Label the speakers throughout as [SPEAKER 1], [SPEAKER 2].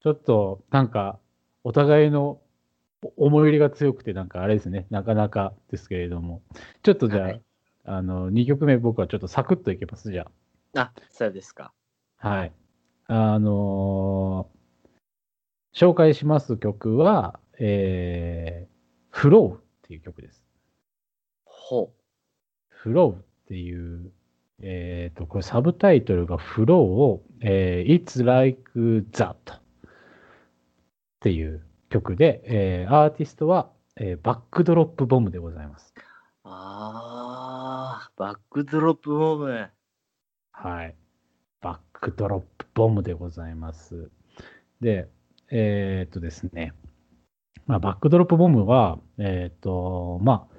[SPEAKER 1] ちょっと、なんか、お互いの思い入れが強くて、なんかあれですね、なかなかですけれども、ちょっとじゃあ、
[SPEAKER 2] はい
[SPEAKER 1] あの、2曲目僕はちょっとサクッといけます、じゃ
[SPEAKER 2] あ、そうですか。
[SPEAKER 1] あ。はい。あのー紹介します曲は、えー、フローっていう曲です。
[SPEAKER 2] ほ
[SPEAKER 1] フローっていう、えっ、と、これサブタイトルがフローを、えー It's Like That っていう曲で、えーアーティストは、えーバックドロップボムでございます。
[SPEAKER 2] う。あー、バックドロップボム。
[SPEAKER 1] はい。バックドロップボムでございます。で、えーっとですね、まあ、バックドロップボムは、えーっと、まあ、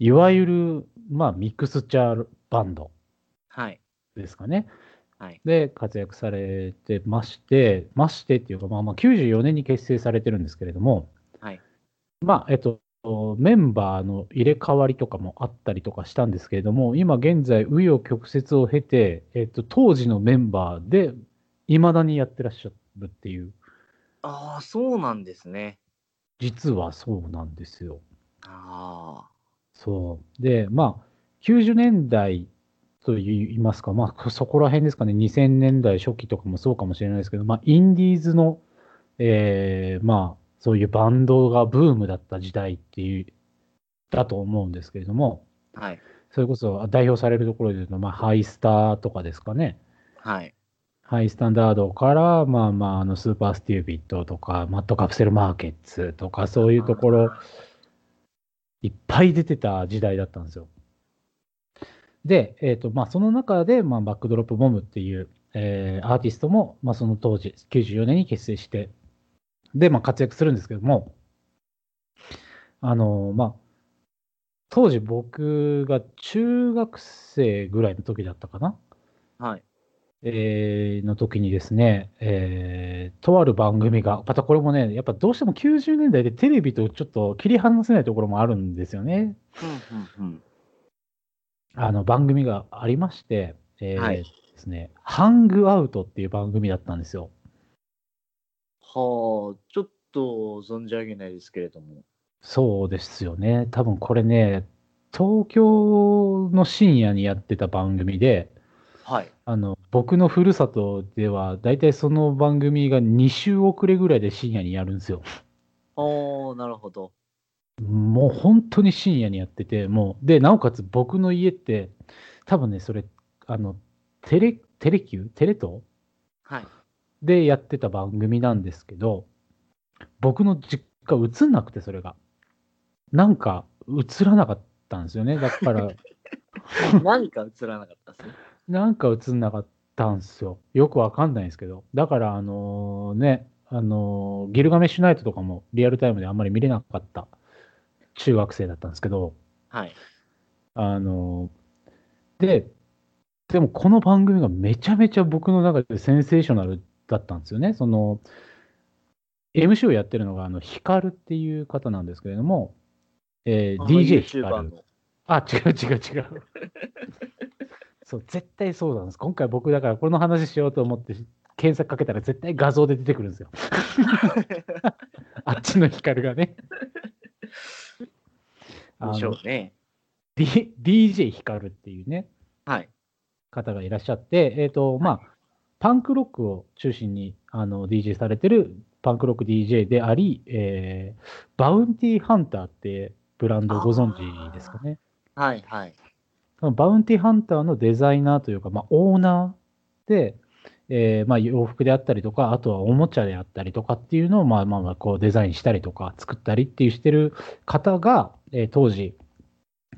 [SPEAKER 1] いわゆる、まあ、ミクスチャーバンド
[SPEAKER 2] はい。
[SPEAKER 1] ですかね。
[SPEAKER 2] はい
[SPEAKER 1] で、活躍されてまして、ましてっていうか、まあ、まあ94年に結成されてるんですけれども、
[SPEAKER 2] はい
[SPEAKER 1] まあ、えっと、メンバーの入れ替わりとかもあったりとかしたんですけれども、今現在、紆余曲折を経て、えっと、当時のメンバーで、いまだにやってらっしゃるっていう、
[SPEAKER 2] あー、そうなんですね。
[SPEAKER 1] 実はそうなんですよ。
[SPEAKER 2] あ
[SPEAKER 1] そう。で、まあ、90年代と言いますか、まあ、そこら辺ですかね、2000年代初期とかもそうかもしれないですけど、まあ、インディーズの、えーまあ、そういうバンドがブームだった時代っていう、だと思うんですけれども、
[SPEAKER 2] ー、はい。
[SPEAKER 1] それこそ代表されるところで言うと、まあ、ハイスターとかですかね。
[SPEAKER 2] はい。
[SPEAKER 1] ハイスタンダードから、まあまあ、あのスーパーステュービットとか、マットカプセルマーケッツとか、そういうところ、いっぱい出てた時代だったんですよ。で、えーとまあ、その中で、まあ、バックドロップボムっていう、えーアーティストも、まあ、その当時、94年に結成して、で、まあ、活躍するんですけども、あのまあ、当時僕が中学生ぐらいの時だったかな、
[SPEAKER 2] はい。
[SPEAKER 1] えーの時にですね、えーとある番組が、またこれもね、やっぱどうしても90年代でテレビとちょっと切り離せないところもあるんですよね。
[SPEAKER 2] うんうんうん。
[SPEAKER 1] あの番組がありまして、えー
[SPEAKER 2] はい
[SPEAKER 1] ですね、ハングアウトっていう番組だったんですよ。
[SPEAKER 2] はあ、ちょっと存じ上げないですけれども。
[SPEAKER 1] そうですよね。多分これね、東京の深夜にやってた番組で、
[SPEAKER 2] はい。
[SPEAKER 1] あの僕のふるさとでは、大体その番組が2週遅れぐらいで深夜にやるんですよ。
[SPEAKER 2] はあ、なるほど。
[SPEAKER 1] もう本当に深夜にやってて、もう、で、なおかつ僕の家って、多分ね、それ、あの、テレ、テレキューテレ東
[SPEAKER 2] はい。
[SPEAKER 1] でやってた番組なんですけど、僕の実家映んなくて、それが。なんか映らなかったんですよね。だから、
[SPEAKER 2] 何か映らなかったですね。
[SPEAKER 1] なんか映んなかったんですよ。よくわかんないんですけど。だから、あのね、あのーギルガメッシュナイトとかもリアルタイムであんまり見れなかった中学生だったんですけど、
[SPEAKER 2] はい。
[SPEAKER 1] あので、でもこの番組がめちゃめちゃ僕の中でセンセーショナルだったんですよね。その、MC をやってるのが、あの、ヒカルっていう方なんですけれども、えー
[SPEAKER 2] あの
[SPEAKER 1] DJ ヒ
[SPEAKER 2] YouTuber
[SPEAKER 1] カル。
[SPEAKER 2] の。
[SPEAKER 1] あ、違う違う違う。 そう、絶対そうなんです。今回僕だからこの話しようと思って検索かけたら絶対画像で出てくるんです よ。あっちのヒカルがね。あ
[SPEAKER 2] でしょう
[SPEAKER 1] の、
[SPEAKER 2] ね。
[SPEAKER 1] D、DJ ヒカルっていうね。
[SPEAKER 2] はい。
[SPEAKER 1] 方がいらっしゃって、えっ、と、まあ、パンクロックを中心にあの DJ されてるパンクロック DJ であり、えーバウンティーハンターってブランドご存知ですかね。
[SPEAKER 2] はいはい。
[SPEAKER 1] そのバウンティーハンターのデザイナーというか、まあ、オーナーで、えーまあ、洋服であったりとか、あとはおもちゃであったりとかっていうのを、まあまあまあ、こうデザインしたりとか、作ったりっていうしてる方が、えー当時、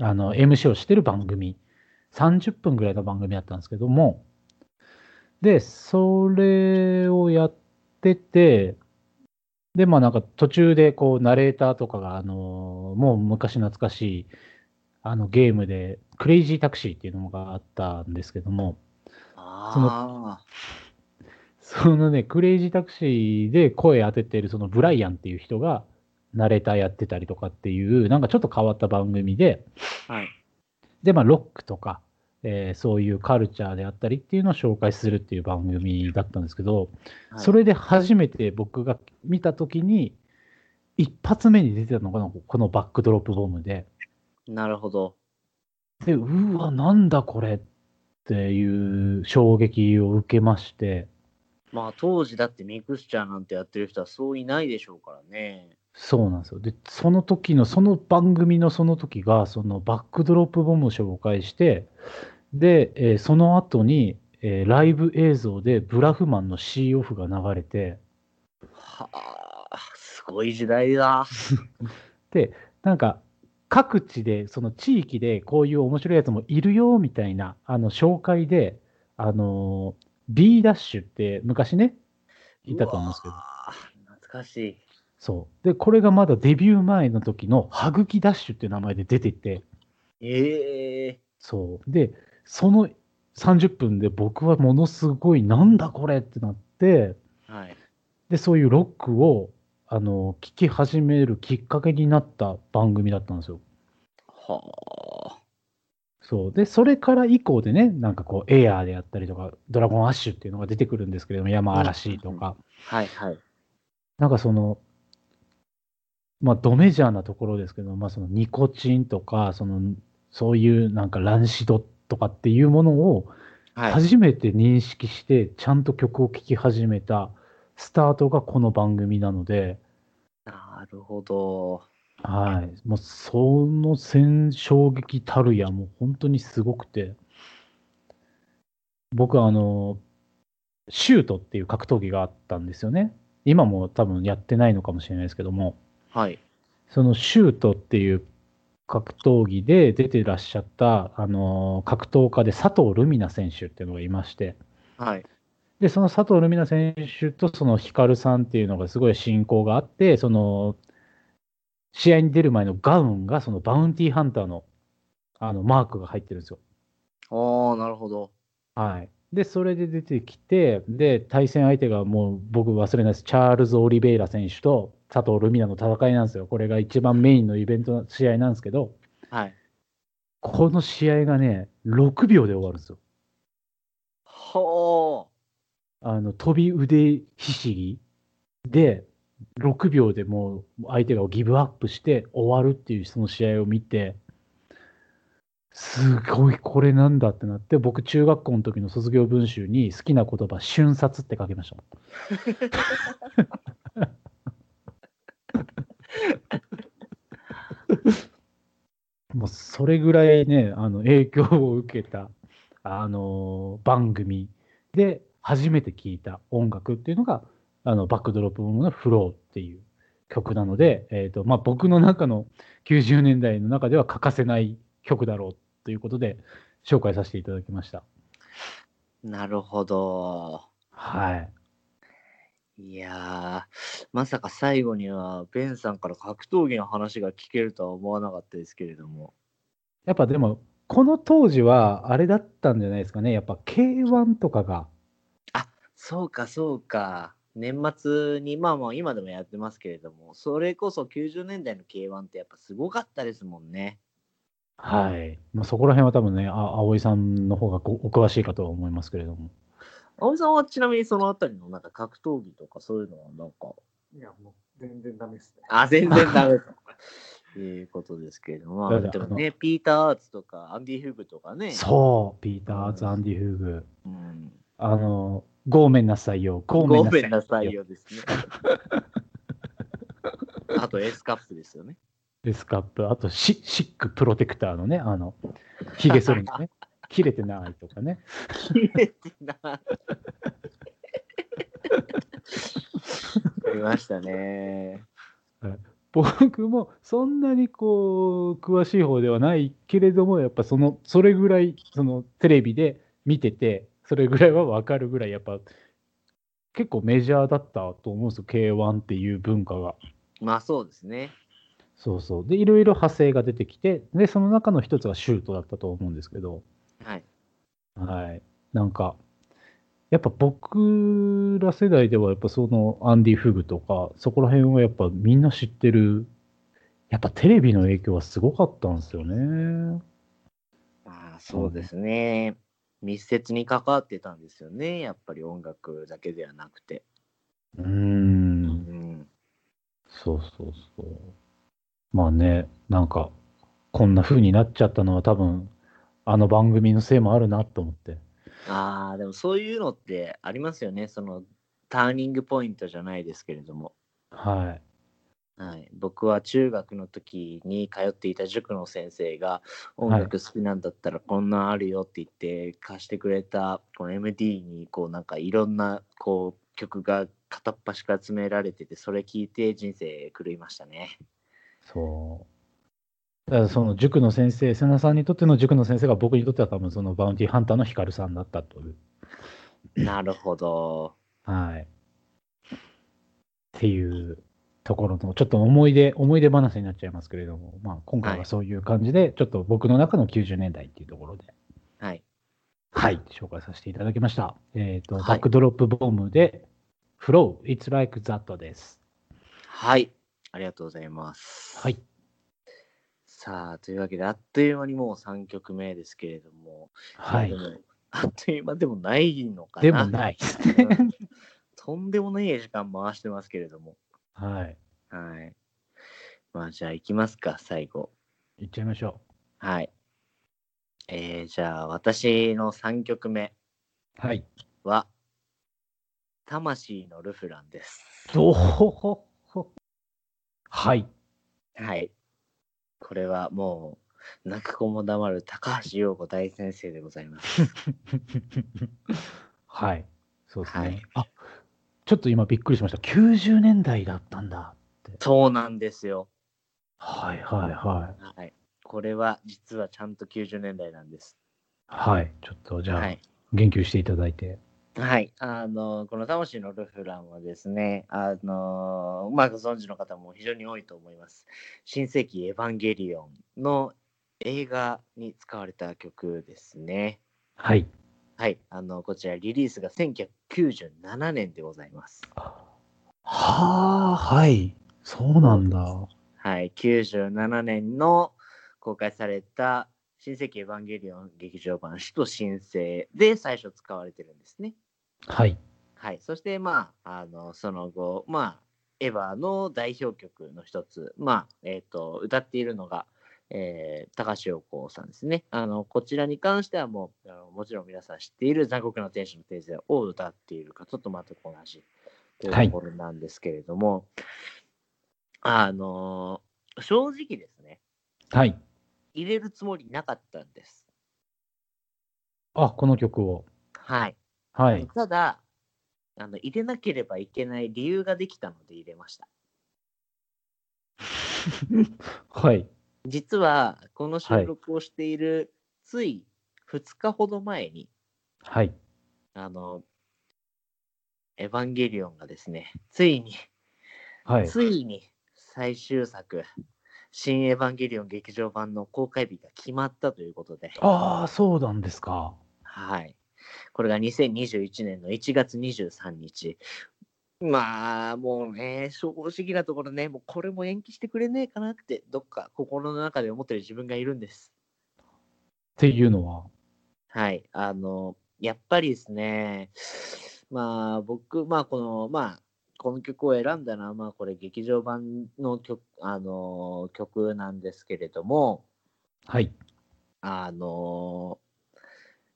[SPEAKER 1] あの、MC をしてる番組、30分ぐらいの番組だったんですけども、で、それをやってて、で、まあなんか途中でこうナレーターとかが、あのもう昔懐かしい、あのゲームで、クレイジータクシーっていうのがあったんですけども、
[SPEAKER 2] あ
[SPEAKER 1] そのね、クレイジータクシーで声当ててる、そのブライアンっていう人が、ナレーターやってたりとかっていう、なんかちょっと変わった番組で、
[SPEAKER 2] あ。はい。
[SPEAKER 1] で、まあ、ロックとか、えーそういうカルチャーであったりっていうのを紹介するっていう番組だったんですけど、
[SPEAKER 2] はい
[SPEAKER 1] それで初めて僕が見た時に一発目に出てたのがこのバックドロップボムで
[SPEAKER 2] なるほど。
[SPEAKER 1] でうわなんだこれっていう衝撃を受けまして
[SPEAKER 2] まあ当時だってミクスチャーなんてやってる人はそういないでしょうからね。
[SPEAKER 1] そうなんですよでその時のその番組のその時がそのバックドロップボムを紹介してで、えーその後に、えーライブ映像でブラフマンのシーオフが流れて
[SPEAKER 2] はあ、すごい時代だ。
[SPEAKER 1] なんか各地でその地域でこういう面白いやつもいるよみたいなあの紹介であのー B ダッシュって昔ねいたと思うんですけど
[SPEAKER 2] うわあ懐かしい。
[SPEAKER 1] そうでこれがまだデビュー前の時の「はぐきダッシュ」っていう名前で出てて
[SPEAKER 2] ええ
[SPEAKER 1] そうでその30分で僕はものすごいなんだこれってなって
[SPEAKER 2] はい。
[SPEAKER 1] でそういうロックをあの聞き始めるきっかけになった番組だったんですよ。
[SPEAKER 2] はあ。
[SPEAKER 1] そう。で、それから以降でね、なんかこう、エアーであったりとか、ドラゴンアッシュっていうのが出てくるんですけれども、山嵐とか、
[SPEAKER 2] はいはい。
[SPEAKER 1] なんかその、まあ、ドメジャーなところですけど、まあ、そのニコチンとか、その、そういうなんか乱視度とかっていうものを、
[SPEAKER 2] はい。
[SPEAKER 1] 初めて認識して、ちゃんと曲を聴き始めたスタートがこの番組なので、
[SPEAKER 2] なるほど。
[SPEAKER 1] はい。もう、その戦衝撃たるや、もう本当にすごくて。僕は、あの、シュートっていう格闘技があったんですよね。今も多分やってないのかもしれないですけども、
[SPEAKER 2] はい。
[SPEAKER 1] そのシュートっていう格闘技で出てらっしゃった、あの、格闘家で佐藤ルミナ選手っていうのがいまして、
[SPEAKER 2] はい。
[SPEAKER 1] で、その佐藤ルミナ選手とその光さんっていうのがすごい親交があって、その試合に出る前のガウンがそのバウンティーハンターのあのマークが入ってるんですよ。
[SPEAKER 2] ああ、なるほど。
[SPEAKER 1] はい。で、それで出てきて、で、対戦相手がもう僕忘れないです。チャールズ・オリベイラ選手と佐藤ルミナの戦いなんですよ。これが一番メインのイベントの試合なんですけど、
[SPEAKER 2] はい。
[SPEAKER 1] この試合がね、6秒で終わるんですよ。
[SPEAKER 2] は
[SPEAKER 1] あの飛び腕ひしぎで6秒でもう相手がギブアップして終わるっていうその試合を見てすごいこれなんだってなって僕中学校の時の卒業文集に好きな言葉「瞬殺」って書きましたもうそれぐらいねあの影響を受けたあの番組で初めて聴いた音楽っていうのがあのバックドロップボムの「フロー」っていう曲なので、えーとまあ、僕の中の90年代の中では欠かせない曲だろうということで紹介させていただきました。
[SPEAKER 2] あ。なるほど。
[SPEAKER 1] はい、
[SPEAKER 2] いやー、まさか最後には、ベンさんから格闘技の話が聞けるとは思わなかったですけれども。
[SPEAKER 1] やっぱでもこの当時はあれだったんじゃないですかねやっぱ k 1とかが
[SPEAKER 2] そうか、そうか。年末に、まあまあ今でもやってますけれども、それこそ90年代の K1 ってやっぱすごかったですもんね。
[SPEAKER 1] はい、まあ、そこら辺は多分ねあ葵さんの方がこうお詳しいかとは思いますけれども
[SPEAKER 2] 青さんはちなみにそのあたりのなんか格闘技とかそういうのはなんか、
[SPEAKER 3] いや、もう全然ダメですね。
[SPEAKER 2] あ、全然ダメと。いうことですけれども、ま
[SPEAKER 1] だ
[SPEAKER 2] あ
[SPEAKER 1] から
[SPEAKER 2] でもね、ピーター・アーツとかアンディ・フグとかね。
[SPEAKER 1] そうピーター・アーツ・アンディ・フーグ
[SPEAKER 2] うん。
[SPEAKER 1] あのごめんなさいよごめん
[SPEAKER 2] ご
[SPEAKER 1] な
[SPEAKER 2] めんな
[SPEAKER 1] さ
[SPEAKER 2] さ
[SPEAKER 1] い
[SPEAKER 2] い
[SPEAKER 1] よ
[SPEAKER 2] よです ね。あとエスカップですよね。
[SPEAKER 1] スカップ、あとシシックプロテクターのね、あの、ひげ剃り のね、切れてないとかね。
[SPEAKER 2] 切れてない。ありましたね。
[SPEAKER 1] 僕もそんなにこう、詳しい方ではないけれども、やっぱその、それぐらい、そのテレビで見てて、それぐらいはわかるぐらい、やっぱ、結構メジャーだったと思うんですよ、K1 っていう文化が。
[SPEAKER 2] まあそうですね。
[SPEAKER 1] そうそう。で、いろいろ派生が出てきて、で、その中の一つがシュートだったと思うんですけど。
[SPEAKER 2] はい。
[SPEAKER 1] はい。なんか、やっぱ僕ら世代では、やっぱそのアンディ・フグとか、そこら辺はやっぱみんな知ってる、やっぱテレビの影響はすごかったんですよね。
[SPEAKER 2] あや、そうですね。密接に関わってたんですよね。やっぱり音楽だけではなくて。
[SPEAKER 1] うー、
[SPEAKER 2] うんん。
[SPEAKER 1] そうそうそう。まあね、なんか、こんな風になっちゃったのは多分、あの番組のせいもあるなと思って。
[SPEAKER 2] ああ、でもそういうのってありますよね。そのターニングポイントじゃないですけれども。
[SPEAKER 1] はい。
[SPEAKER 2] はい、僕は中学の時に通っていた塾の先生が音楽好きなんだったらこんなんあるよって言って貸してくれたこの MD にこうなんかいろんなこう曲が片っ端から詰められててそれ聞いて人生狂いましたね。
[SPEAKER 1] そう。だからその塾の先生、瀬名さんにとっての塾の先生が僕にとっては多分そのバウンティーハンターのヒカルさんだったという。
[SPEAKER 2] なるほど。
[SPEAKER 1] はい。っていうところの、ちょっと思い出、思い出話になっちゃいますけれども、まあ今回
[SPEAKER 2] は
[SPEAKER 1] はいそういう感じで、ちょっと僕の中の90年代っていうところで、
[SPEAKER 2] はい。
[SPEAKER 1] はい、紹介させていただきました。えっ、と、
[SPEAKER 2] はい
[SPEAKER 1] バックドロップボムで、Flow, It's Like That です。
[SPEAKER 2] はい。ありがとうございます。
[SPEAKER 1] はい。
[SPEAKER 2] さあ、というわけであっという間にもう3曲目ですけれども、
[SPEAKER 1] はい
[SPEAKER 2] で。もあっという間でもないのかな。
[SPEAKER 1] でもないですね。
[SPEAKER 2] うん とんでもない時間回してますけれども。
[SPEAKER 1] はい。
[SPEAKER 2] はい。まあじゃあ行きますか、最後。
[SPEAKER 1] いっちゃいましょ
[SPEAKER 2] はい。えー、じゃあ私の3曲目
[SPEAKER 1] う。はい。
[SPEAKER 2] は、魂のルフランです。
[SPEAKER 1] どほほほ。はい。
[SPEAKER 2] はい。これはもう、泣く子も黙る高橋洋子大先生でございます。
[SPEAKER 1] はい。そうですね。
[SPEAKER 2] はい
[SPEAKER 1] あちょっと今びっくりしました。90年代だったんだ。
[SPEAKER 2] そうなんですよ。
[SPEAKER 1] はいはいはい。
[SPEAKER 2] はい。これは実はちゃんと90年代なんです。
[SPEAKER 1] はい。ちょっとじゃ
[SPEAKER 2] は
[SPEAKER 1] あ
[SPEAKER 2] い。、
[SPEAKER 1] 言及していただいて。
[SPEAKER 2] はい、あのこの「魂のルフラン」はですね、あのまあ、ご存知の方も非常に多いと思います。新世紀エヴァンゲリオンの映画に使われた曲ですね。
[SPEAKER 1] はい。
[SPEAKER 2] はい、あのこちらリリースが1997年でございます。
[SPEAKER 1] はあ、はい。そうなんだ。
[SPEAKER 2] はい、97年の公開された新世紀エヴァンゲリオン劇場版「首都新生」で最初使われてるんですね。
[SPEAKER 1] はい。
[SPEAKER 2] はい、そして、まあ、あのその後、まあ、エヴァの代表曲の一つ、まあえー、と歌っているのが、えー、高橋洋子さんですねあの。こちらに関してはもうあの、もちろん皆さん知っている残酷な天使の天使を歌っているか、ちょっと全く同じというところなんですけれども、あの正直ですね、
[SPEAKER 1] はい。
[SPEAKER 2] 入れるつもりなかったんです。
[SPEAKER 1] あ、この曲を。
[SPEAKER 2] はい、
[SPEAKER 1] はい。
[SPEAKER 2] ただあの入れなければいけない理由ができたので入れました。
[SPEAKER 1] はい。
[SPEAKER 2] 実はこの
[SPEAKER 1] は
[SPEAKER 2] 収
[SPEAKER 1] い
[SPEAKER 2] 録をしているつい2日ほど前に、
[SPEAKER 1] はい。
[SPEAKER 2] あの「エヴァンゲリオン」がですねついに、
[SPEAKER 1] はい。
[SPEAKER 2] ついに最終作「新エヴァンゲリオン劇場版」の公開日が決まったということで、
[SPEAKER 1] ああ、そうなんですか。
[SPEAKER 2] はい、これが2021年の1月23日まあもうね正直なところねもうこれも延期してくれねえかなってどっか心の中で思ってる自分がいるんです
[SPEAKER 1] っていうのは。
[SPEAKER 2] はい、あの、やっぱりですね、まあ僕、まあこの、まあ、この曲を選んだのは、まあこれ劇場版の曲、あの、曲なんですけれども、
[SPEAKER 1] はい。
[SPEAKER 2] あの、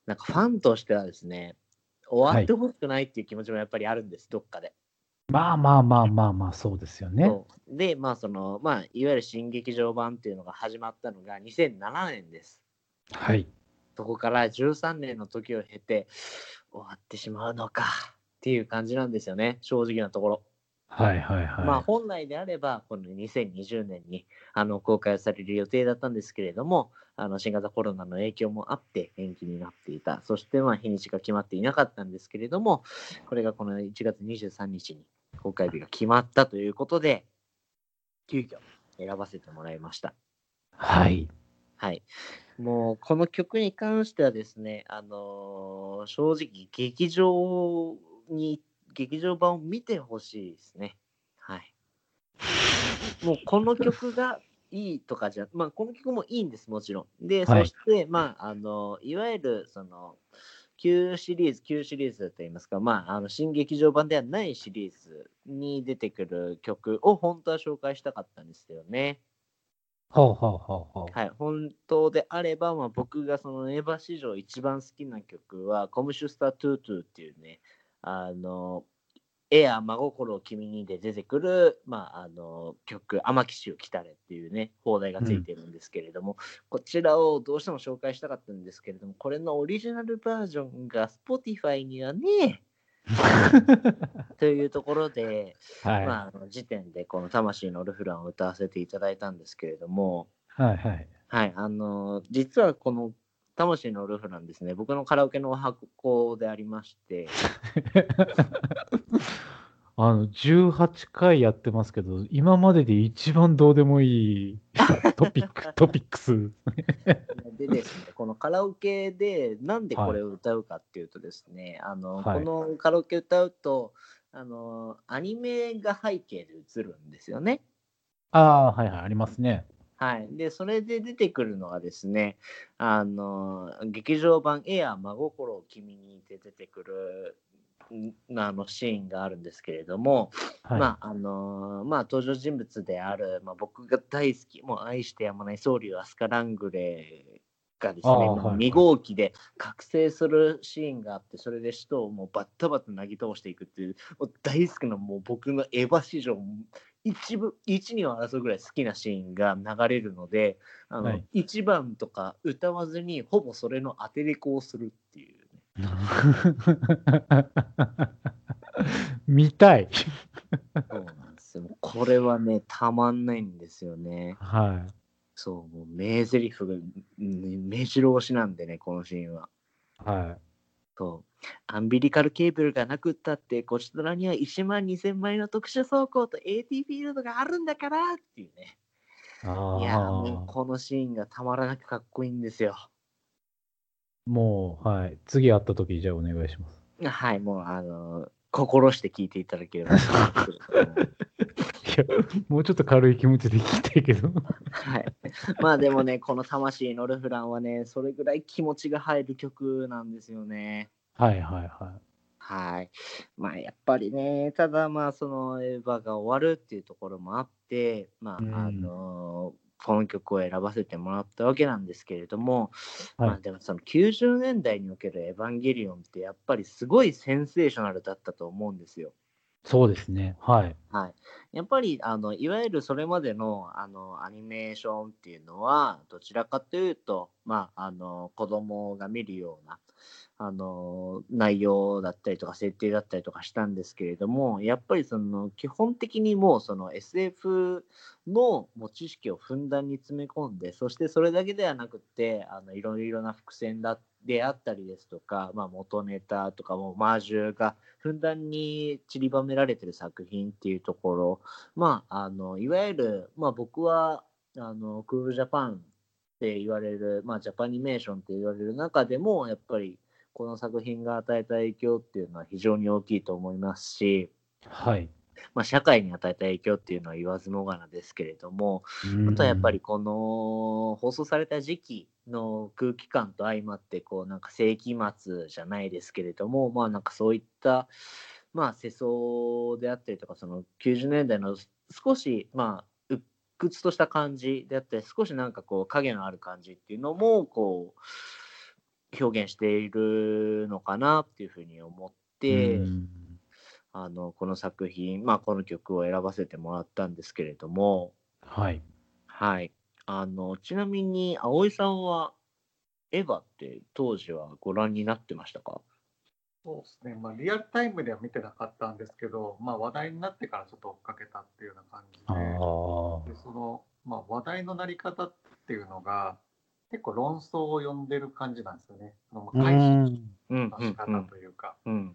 [SPEAKER 2] なんかファンとしてはですね、終わってほしくないっていう気持ちもやっぱりあるんです、どっかで。
[SPEAKER 1] まあまあまあまあまあ、そうですよね。
[SPEAKER 2] そうで、まあその、まあいわゆる新劇場版っていうのが始まったのが2007年です。
[SPEAKER 1] はい。
[SPEAKER 2] そこから13年の時を経て終わってしまうのかっていう感じなんですよね、正直なところ。
[SPEAKER 1] はいはいはい。
[SPEAKER 2] まあ本来であれば、この2020年にあの公開される予定だったんですけれども、あの新型コロナの影響もあって延期になっていた、そしてまあ日にちが決まっていなかったんですけれども、これがこの1月23日に公開日が決まったということで、急遽選ばせてもらいました。
[SPEAKER 1] はい。
[SPEAKER 2] はい。もう、この曲に関してはですね、あのー正直、劇場に、劇場版を見てほしいですね。はい。もう、この曲がいいとかじゃ、 まあ、この曲もいいんです、もちろん。で、
[SPEAKER 1] はい
[SPEAKER 2] そして、まあ、あの、いわゆる、その、旧シリーズ、旧シリーズといいますか、まあ、あの新劇場版ではないシリーズに出てくる曲を本当は紹介したかったんですよね。
[SPEAKER 1] はあはあはあはあ。
[SPEAKER 2] はい、本当であれば、まあ、僕がそのエヴァ史上一番好きな曲は、コムシュスター・トゥートゥーっていうね、あの、エアー真心を君にで出てくる、まあ、あの曲、天木州来たれっていうね、放題がついてるんですけれども、こちらをどうしても紹介したかったんですけれども、これのオリジナルバージョンが Spotify には ね、というところで、
[SPEAKER 1] はい。
[SPEAKER 2] まあ、あの時点でこの魂のルフランを歌わせていただいたんですけれども、
[SPEAKER 1] はいはい。
[SPEAKER 2] はい、あのー実はこの「魂のルフ」なんですね、僕のカラオケの箱でありま して、
[SPEAKER 1] あの、18回やってますけど、今までで一番どうでもいい トピッ ク、トピックス。
[SPEAKER 2] でですね、このカラオケでなんでこれを歌うかっていうとですね、あの
[SPEAKER 1] はい
[SPEAKER 2] このカラオケ歌うと、あのーアニメが背景で映るんですよね。
[SPEAKER 1] ああー、はいはい、ありますね。
[SPEAKER 2] はい、でそれで出てくるのがですねあの劇場版「エアー真心を君に」で出てくるんあのシーンがあるんですけれども、
[SPEAKER 1] はい。
[SPEAKER 2] まああのーまあ、登場人物である、まあ、僕が大好きもう愛してやまない僧侶アスカ・ラングレーがですね
[SPEAKER 1] あー
[SPEAKER 2] もう
[SPEAKER 1] はい
[SPEAKER 2] 2号機で覚醒するシーンがあってそれで人をもうバッタバタなぎ倒していくっていうもう大好きなもう僕のエヴァ史上一部一二を争うぐらい好きなシーンが流れるのであの、
[SPEAKER 1] はい
[SPEAKER 2] 1番とか歌わずにほぼそれの当てレコをするっ ていうね、
[SPEAKER 1] 見たい。
[SPEAKER 2] そうなんですよこれはねたまんないんですよね。
[SPEAKER 1] は
[SPEAKER 2] そう、もう名台詞が、うん目白押しなんでね、このシーンは。
[SPEAKER 1] い。は
[SPEAKER 2] そう。アンビリカルケーブルがなくったって、こちとらには1万2000枚の特殊走行と AT フィールドがあるんだからっていうね。
[SPEAKER 1] い。あ
[SPEAKER 2] いやー、もう
[SPEAKER 1] あ。
[SPEAKER 2] このシーンがたまらなくかっこいいんですよ。
[SPEAKER 1] もう、はい。次会った時、じゃあお願いします。
[SPEAKER 2] はい、もう、あのー心して聞いていただければと思うんですけれども。
[SPEAKER 1] いや、もうちょっと軽い気持ちで聞きたいけど。
[SPEAKER 2] はい、まあでもね、この魂のルフランはね、それぐらい気持ちが入る曲なんですよね。
[SPEAKER 1] はいはいは
[SPEAKER 2] はい。まあやっぱりね、ただまあそのエヴァが終わるっていうところもあって、まあ
[SPEAKER 1] うん
[SPEAKER 2] あのこの曲を選ばせてもらったわけなんですけれども、
[SPEAKER 1] はい
[SPEAKER 2] まあでもその90年代におけるエヴァンゲリオンってやっぱりすごいセンセーショナルだったと思うんですよ。
[SPEAKER 1] い。そうですね。はい。
[SPEAKER 2] はい、やっぱりあのいわゆるそれまでのあのアニメーションっていうのはどちらかというと、まあ、あの子供が見るようなあの内容だったりとか設定だったりとかしたんですけれどもやっぱりその基本的にもうその SF のもう知識をふんだんに詰め込んでそしてそれだけではなくってあのいろいろな伏線だであったりですとか、まあ、元ネタとかもうマージュがふんだんに散りばめられてる作品っていうところ、まあ、あのいわゆる、まあ、僕はあのクールジャパンって言われる、まあ、ジャパニメーションって言われる中でもやっぱりこの作品が与えた影響っていうのは非常に大きいと思いますし、
[SPEAKER 1] はい。
[SPEAKER 2] まあ、社会に与えた影響っていうのは言わずもがなですけれども、あとはやっぱりこの放送された時期の空気感と相まってこうなんか世紀末じゃないですけれどもまあなんかそういったまあ世相であったりとかその90年代の少しまあ鬱屈とした感じであったり少しなんかこう影のある感じっていうのもこう表現しているのかなっていうふうに思って。
[SPEAKER 1] うん
[SPEAKER 2] あのこの作品、まあ、この曲を選ばせてもらったんですけれども、
[SPEAKER 1] はい。
[SPEAKER 2] はい。あの、ちなみに、葵さんは、エヴァって当時はご覧になってましたか
[SPEAKER 3] そうですね、まあ、リアルタイムでは見てなかったんですけど、まあ、話題になってからちょっと追っかけたっていうような感じ
[SPEAKER 1] ああ。
[SPEAKER 3] で、でその、まあ、話題のなり方っていうのが、結構論争を呼んでる感じなんですよね、その
[SPEAKER 1] う
[SPEAKER 3] まあ開
[SPEAKER 1] ん
[SPEAKER 2] うん
[SPEAKER 3] 始の仕方というか、
[SPEAKER 2] うん。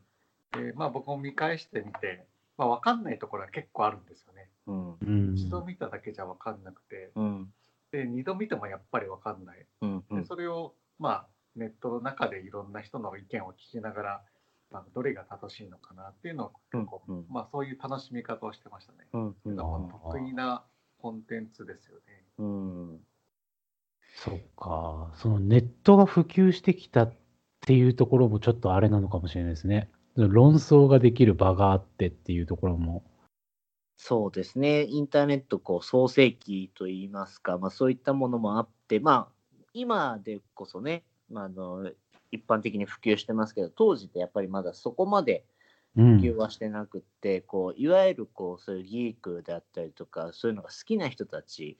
[SPEAKER 3] でまあ、僕も見返してみて、まあ、分かんないところが結構あるんですよね。
[SPEAKER 2] うん。
[SPEAKER 1] うん
[SPEAKER 3] 一度見ただけじゃ分かんなくて、
[SPEAKER 2] うん。
[SPEAKER 3] で二度見てもやっぱり分かんない。
[SPEAKER 2] うん。う
[SPEAKER 3] で
[SPEAKER 2] ん。
[SPEAKER 3] それを、まあ、ネットの中でいろんな人の意見を聞きながら、まあ、どれが正しいのかなっていうのを結構、
[SPEAKER 2] うんうん
[SPEAKER 3] まあ、そういう楽しみ方をしてましたね。
[SPEAKER 2] うん。うん。
[SPEAKER 3] だから得意なコンテンツですよね。
[SPEAKER 2] うん。
[SPEAKER 1] そっか、そのネットが普及してきたっていうところもちょっとあれなのかもしれないですね。論争ができる場があってっていうところも。
[SPEAKER 2] そうですね、インターネットこう創世期といいますか、まあ、そういったものもあって、まあ、今でこそね、まあ、あの一般的に普及してますけど、当時ってやっぱりまだそこまで
[SPEAKER 1] う
[SPEAKER 2] 普及
[SPEAKER 1] ん、
[SPEAKER 2] はしてなくって、こういわゆるこうそういうギークであったりとか、そういうのが好きな人たち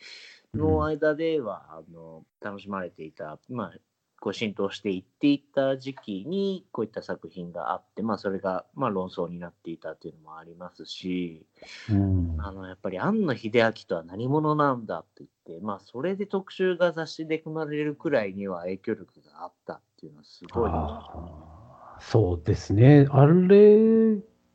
[SPEAKER 2] の間では、あの楽しまれていた、まあ、こう浸透していっていった時期に、こういった作品があって、まあ、それが、まあ、論争になっていたというのもありますし。
[SPEAKER 1] うん、
[SPEAKER 2] あのやっぱり庵野秀明とは何者なんだって言って、まあ、それで特集が雑誌で組まれるくらいには影響力があったっていうのはすごいな。
[SPEAKER 1] あーそうですね。あれ、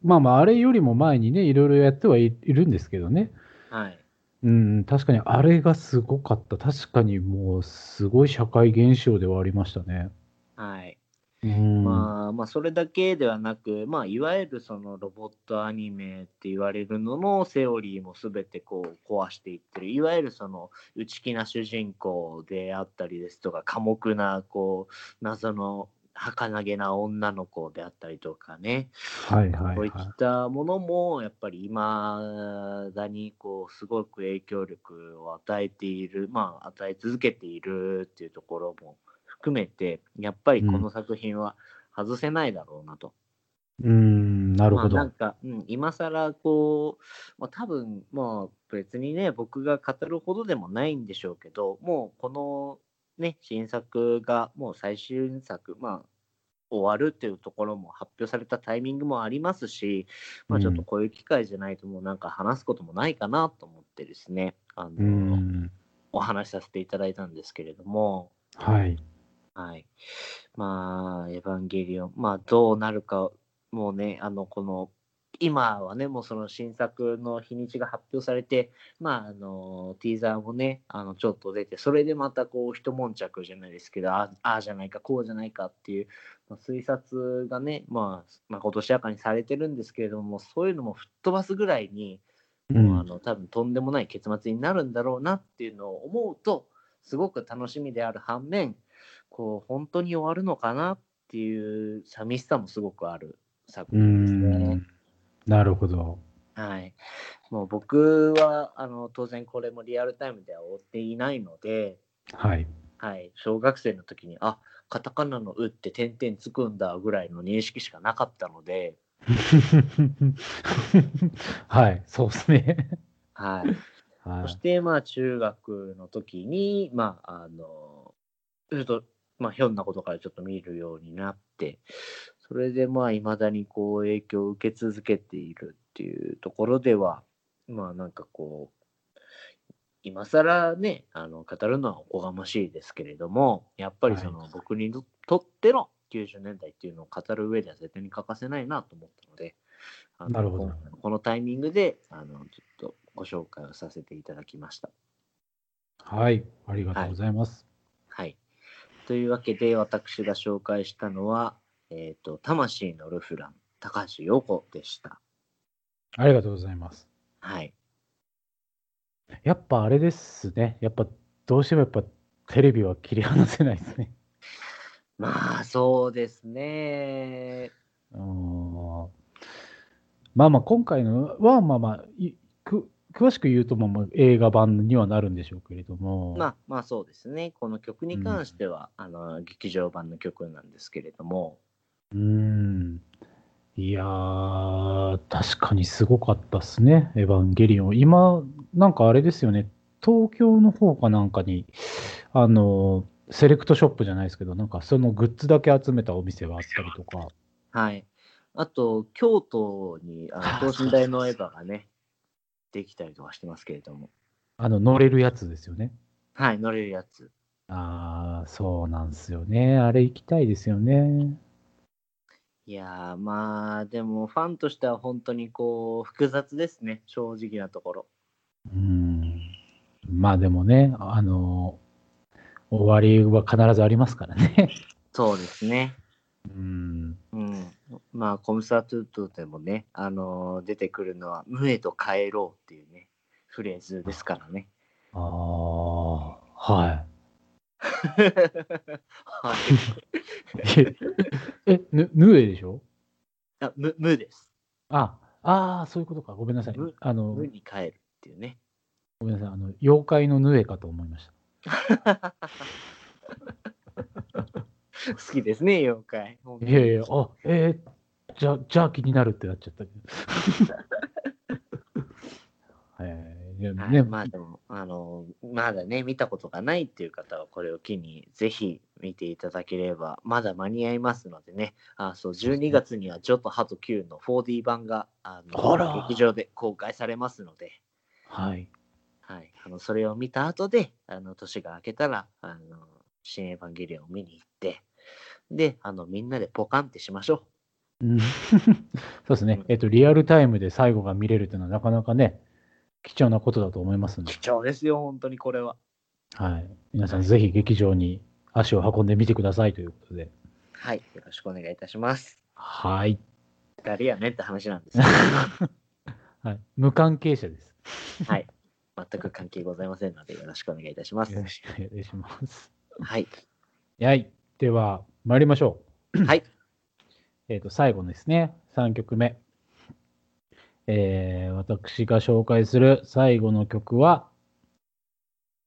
[SPEAKER 1] まあまあ、あれよりも前にね、いろいろやってはいいるんですけどね。
[SPEAKER 2] はい、
[SPEAKER 1] うん、確かにあれがすごかった。確かにもう、すごい社会現象ではありましたね。
[SPEAKER 2] はい
[SPEAKER 1] うん、
[SPEAKER 2] まあまあ、それだけではなく、まあ、いわゆるそのロボットアニメって言われるののセオリーも全てこう壊していってるいわゆるその内気な主人公であったりですとか寡黙なこう謎の儚げな女の子であったりとかね、
[SPEAKER 1] はいはい
[SPEAKER 2] こ
[SPEAKER 1] は
[SPEAKER 2] う
[SPEAKER 1] い
[SPEAKER 2] っ。たものもやっぱり今だにこうすごく影響力を与えているまあ与え続けているっていうところも含めてやっぱりこの作品は外せないだろうなと。
[SPEAKER 1] うん、なるほど。
[SPEAKER 2] まあ、なんか、うん、今更こう、まあ、多分まあ別にね僕が語るほどでもないんでしょうけどもうこのね新作がもう最終作まあ終わるっていうところも発表されたタイミングもありますし、まあ、ちょっとこういう機会じゃないともうなんか話すこともないかなと思ってですねあの、
[SPEAKER 1] うん、
[SPEAKER 2] お話しさせていただいたんですけれども。
[SPEAKER 1] はい。
[SPEAKER 2] はい。まあ、エヴァンゲリオン、まあ、どうなるか、もうね、あの、この、今はね、もうその新作の日にちが発表されて、まあ、あの、ティーザーもね、あの、ちょっと出て、それでまたこう、一悶着じゃないですけど、あああじゃないか、こうじゃないかっていう、まあ推察がね、まあ、まあ、今年かにされてるんですけれども、そういうのも吹っ飛ばすぐらいに、もうあの多分とんでもない結末になるんだろうなっていうのを思うとすごく楽しみである反面こう本当に終わるのかなっていう寂しさもすごくある作
[SPEAKER 1] う
[SPEAKER 2] 品ですね
[SPEAKER 1] ん。なるほど。
[SPEAKER 2] はい、もう僕はあの当然これもリアルタイムでは追っていないので、
[SPEAKER 1] はい。
[SPEAKER 2] はい、小学生の時にあカタカナの「う」って点々つくんだぐらいの認識しかなかったので。
[SPEAKER 1] はい、そうですね。
[SPEAKER 2] はい
[SPEAKER 1] は
[SPEAKER 2] そ
[SPEAKER 1] い
[SPEAKER 2] し、て、まあ、中学の時に、まあ、あの、ちょっと、まあ、ひょんなことからちょっと見るようになって、それで、まあ、いまだにこう、影響を受け続けているっていうところでは、まあ、なんかこう、今更ね、あの、語るのはおこがましいですけれども、やっぱりその、
[SPEAKER 1] はい
[SPEAKER 2] 僕にととっての90年代っていうのを語る上では絶対に欠かせないなと思ったので、あの
[SPEAKER 1] なるほど
[SPEAKER 2] こんこのタイミングで、あの、ちょっとご紹介をさせていただきました。
[SPEAKER 1] はい、ありがとうございます。
[SPEAKER 2] はい。というわけで、私が紹介したのは、えっ、と、魂のルフラン、高橋洋子でした。
[SPEAKER 1] ありがとうございます。
[SPEAKER 2] はい。
[SPEAKER 1] やっぱあれですね。やっぱどうしてもやっぱテレビは切り離せないですね。
[SPEAKER 2] まあ、そうですね。
[SPEAKER 1] うーんまあまあ今回のはまあまあいく詳しく言うとまあまあ映画版にはなるんでしょうけれども。
[SPEAKER 2] まあ、まあそうですね。この曲に関しては、あの、劇場版の曲なんですけれども、
[SPEAKER 1] うーん。いやー、確かにすごかったっすね、エヴァンゲリオン。今、なんかあれですよね、東京の方かなんかに、あの、セレクトショップじゃないですけど、なんかそのグッズだけ集めたお店があったりとか。
[SPEAKER 2] はい。あと、京都に、あ の等身大のエヴァがね、できたりとかしてますけれども、
[SPEAKER 1] あの、乗れるやつですよね。
[SPEAKER 2] はい、乗れるやつ。
[SPEAKER 1] あー、そうなんですよね。あれ行きたいですよね。
[SPEAKER 2] いやーまあでもファンとしては本当にこう複雑ですね正直なところ
[SPEAKER 1] うーん。まあでもね、あの、終わりは必ずありますからね。
[SPEAKER 2] そうですね
[SPEAKER 1] うん。
[SPEAKER 2] うんまあコムサートゥートでもねあのー出てくるのは「ムエと帰ろう」っていうねフレーズですからね。
[SPEAKER 1] ああ、は。
[SPEAKER 2] はい
[SPEAKER 1] え、ぬ、ぬえでしょ
[SPEAKER 2] い。 あ、無、無です。
[SPEAKER 1] あ、ああ、そういうことか。ごめんなさい
[SPEAKER 2] ぬ。
[SPEAKER 1] あの
[SPEAKER 2] 無、に帰るっていうね。
[SPEAKER 1] ごめんなさい。あの、妖怪のぬえかと思いました。
[SPEAKER 2] 好きですね、妖怪。本当に
[SPEAKER 1] いやいや、あ、えーじゃ、じゃあ気になるってなっちゃった。えーいや
[SPEAKER 2] はい
[SPEAKER 1] ね、
[SPEAKER 2] まあでも、あの、まだね、見たことがないっていう方は、これを機に、ぜひ見ていただければ、まだ間に合いますのでね、あそう、
[SPEAKER 1] そうですね
[SPEAKER 2] 12月には、ジョとハト Q の 4D 版が、あ
[SPEAKER 1] あら
[SPEAKER 2] の、劇場で公開されますので、
[SPEAKER 1] はい。
[SPEAKER 2] はい、あのそれを見た後で、あの、年が明けたら、あの、新エヴァンゲリオンを見に行って、で、あの、みんなでポカンってしましょ
[SPEAKER 1] うんそうですね。えっと、リアルタイムで最後が見れるというのはなかなかね、貴重なことだと思います
[SPEAKER 2] う。
[SPEAKER 1] ので、
[SPEAKER 2] 貴重ですよ、本当にこれは。
[SPEAKER 1] はい。皆さんぜひ劇場に足を運んでみてくださいということで。
[SPEAKER 2] はい、よろしくお願いいたします。
[SPEAKER 1] はい。
[SPEAKER 2] 誰やねんって話なん ですけど。
[SPEAKER 1] はい、無関係者です。
[SPEAKER 2] はい。全く関係ございませんので、よろしくお願いいたします
[SPEAKER 1] よ。ろしくお願いします。
[SPEAKER 2] はい。
[SPEAKER 1] はい。では、参りましょう。
[SPEAKER 2] はい。
[SPEAKER 1] えっと、最後ですね。3曲目。えー、私が紹介する最後の曲は、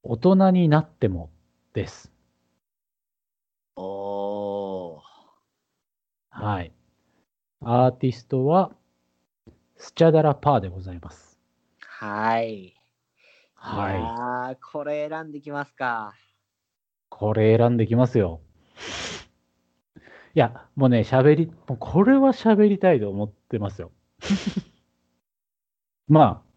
[SPEAKER 1] 大人になってもです。
[SPEAKER 2] おー。
[SPEAKER 1] はい。アーティストは、スチャダラパーでございます。
[SPEAKER 2] はい。
[SPEAKER 1] はい。
[SPEAKER 2] ああ、これ選んできますか。
[SPEAKER 1] これ選んできますよ。いや、もうね、喋り、もうこれは喋りたいと思ってますよ。 まあ、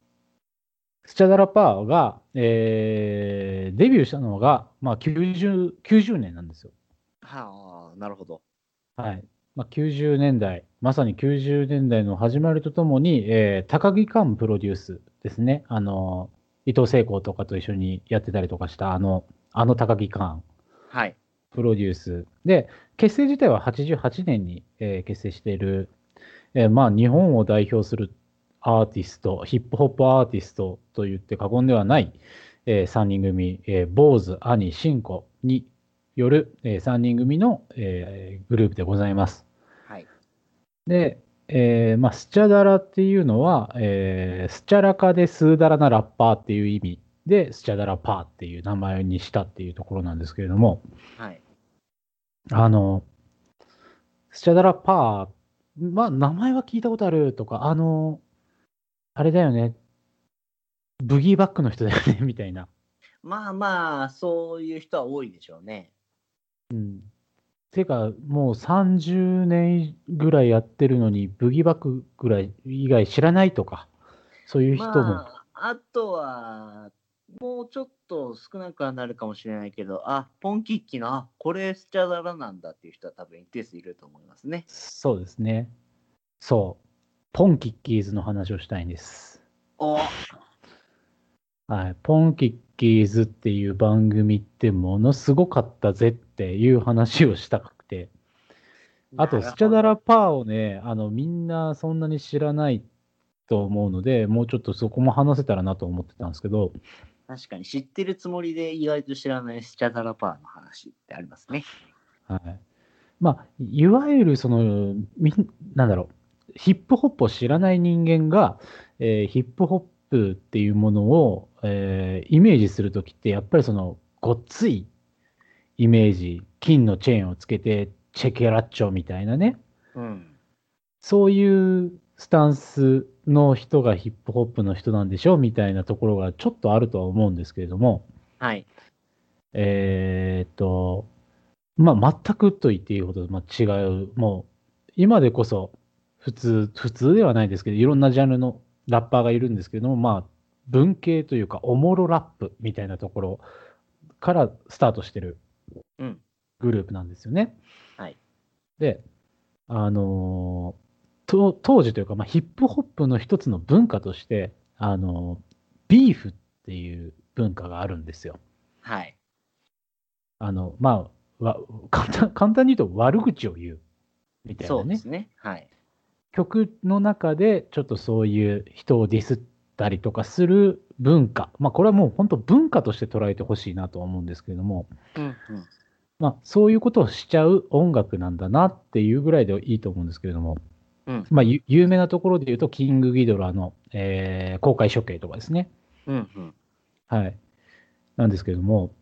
[SPEAKER 1] スチャダラパーが、えーデビューしたのが、まあ、90, 90年なんですよ。
[SPEAKER 2] はあ、なるほど。
[SPEAKER 1] はい。まあ、90年代、まさに90年代の始まりとともに、えー高木寛プロデュースですね。あの、伊藤聖光とかと一緒にやってたりとかした、あの、あの高木寛
[SPEAKER 2] はい。
[SPEAKER 1] プロデュース。で、結成自体は88年に、えー結成している、えーまあ、日本を代表するアーティスト、ヒップホップアーティストと言って過言ではない、え3人組、えー、坊主、兄、ンコによる、え3人組の、えーグループでございます。
[SPEAKER 2] はい。
[SPEAKER 1] で、えーまあ、スチャダラっていうのは、えースチャラカでスーダラなラッパーっていう意味で、スチャダラパーっていう名前にしたっていうところなんですけれども、
[SPEAKER 2] はい。
[SPEAKER 1] あの、スチャダラパー、まあ、名前は聞いたことあるとか、あの、あれだよね、ブギーバックの人だよね、 みたいな。
[SPEAKER 2] まあまあ、そういう人は多いでしょうね。
[SPEAKER 1] うん。てか、もう30年ぐらいやってるのに、ブギーバックぐらい以外知らないとか、そういう人も。
[SPEAKER 2] まあ、あとは、もうちょっと少なくはなるかもしれないけど、あ、ポンキッキの、あ、これスチャダラなんだっていう人は多分一定数いると思いますね。
[SPEAKER 1] そうですね。そう。ポンキッキーズの話をしたいんです。
[SPEAKER 2] お
[SPEAKER 1] はい、ポンキッキーズっていう番組ってものすごかったぜっていう話をしたくて、あと、スチャダラパーをね、あのみんなそんなに知らないと思うので、もうちょっとそこも話せたらなと思ってたんですけど、
[SPEAKER 2] 確かに知ってるつもりで意外と知らないスチャダラパーの話ってありますね。
[SPEAKER 1] はい、まあ、いわゆるそのみん、なんだろう、ヒップホップを知らない人間が、えーヒップホップっていうものを、えーイメージするときって、やっぱりその、ごっついイメージ、金のチェーンをつけて、チェケラッチョみたいなね、
[SPEAKER 2] うん。
[SPEAKER 1] そういうスタンスの人がヒップホップの人なんでしょうみたいなところがちょっとあるとは思うんですけれども、
[SPEAKER 2] はい。
[SPEAKER 1] えーっと、まあ、全くと言っていいほど、まあ、違う、もう、今でこそ、普通、普通ではないですけど、いろんなジャンルのラッパーがいるんですけども、まあ、文系というか、おもろラップみたいなところからスタートしてる
[SPEAKER 2] うん。
[SPEAKER 1] グループなんですよね。
[SPEAKER 2] はい。
[SPEAKER 1] で、あのーと当時というか、まあ、ヒップホップの一つの文化として、あのービーフっていう文化があるんですよ。
[SPEAKER 2] はい。
[SPEAKER 1] あの、まあ、わ簡単簡単に言うと悪口を言うみたい
[SPEAKER 2] そ
[SPEAKER 1] な
[SPEAKER 2] うで
[SPEAKER 1] ね
[SPEAKER 2] すね。はい。
[SPEAKER 1] 曲の中でちょっとそういう人をディスっったりとかする文化、まあ、これはもう本当文化として捉えてほしいなとは思うんですけれども、
[SPEAKER 2] うん
[SPEAKER 1] まあ、そういうことをしちゃう音楽なんだなっていうぐらいでいいと思うんですけれども、
[SPEAKER 2] うん
[SPEAKER 1] まあ、ゆ有名なところで言うと、キングギドラの、えー公開処刑とかですね、
[SPEAKER 2] うんうん
[SPEAKER 1] はい、なんですけれども、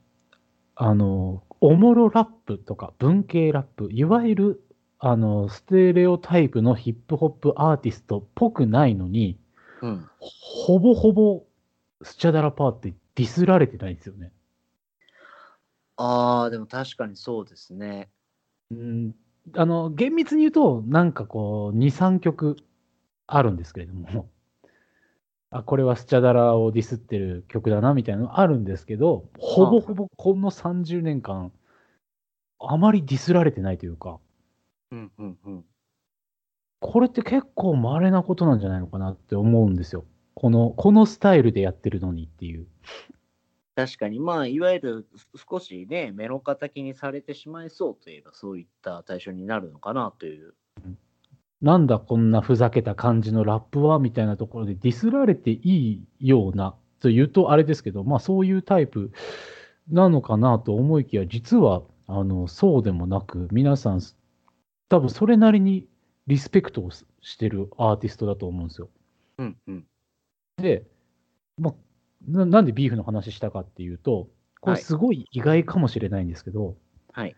[SPEAKER 1] あのおもろラップとか文系ラップ、いわゆるあのステレオタイプのヒップホップアーティストっぽくないのに、
[SPEAKER 2] うん
[SPEAKER 1] ほぼほぼスチャダラパーってディスられてないんですよね。
[SPEAKER 2] ああでも確かにそうですね
[SPEAKER 1] うんあの厳密に言うと、なんかこう、2、3曲あるんですけれども、 あこれはスチャダラをディスってる曲だなみたいなのあるんですけど、ほぼほぼこの30年間、あまりディスられてないというか、
[SPEAKER 2] うんうんうん
[SPEAKER 1] これって結構稀なことなんじゃないのかなって思うんですよ。このこのスタイルでやってるのにっていう。
[SPEAKER 2] 確かにまあいわゆる少しねメロカ的にされてしまいそうといえばそういった対象になるのかなという
[SPEAKER 1] なんだこんなふざけた感じのラップはみたいなところでディスられていいようなというとあれですけど、まあそういうタイプなのかなと思いきや、実はあのそうでもなく、皆さん多分それなりにリスペクトをすしてるアーティストだと思うんですよ。
[SPEAKER 2] うんうん
[SPEAKER 1] で、まあ、ななんでビーフの話したかっていうと、これ
[SPEAKER 2] はい
[SPEAKER 1] すごい意外かもしれないんですけど、
[SPEAKER 2] はい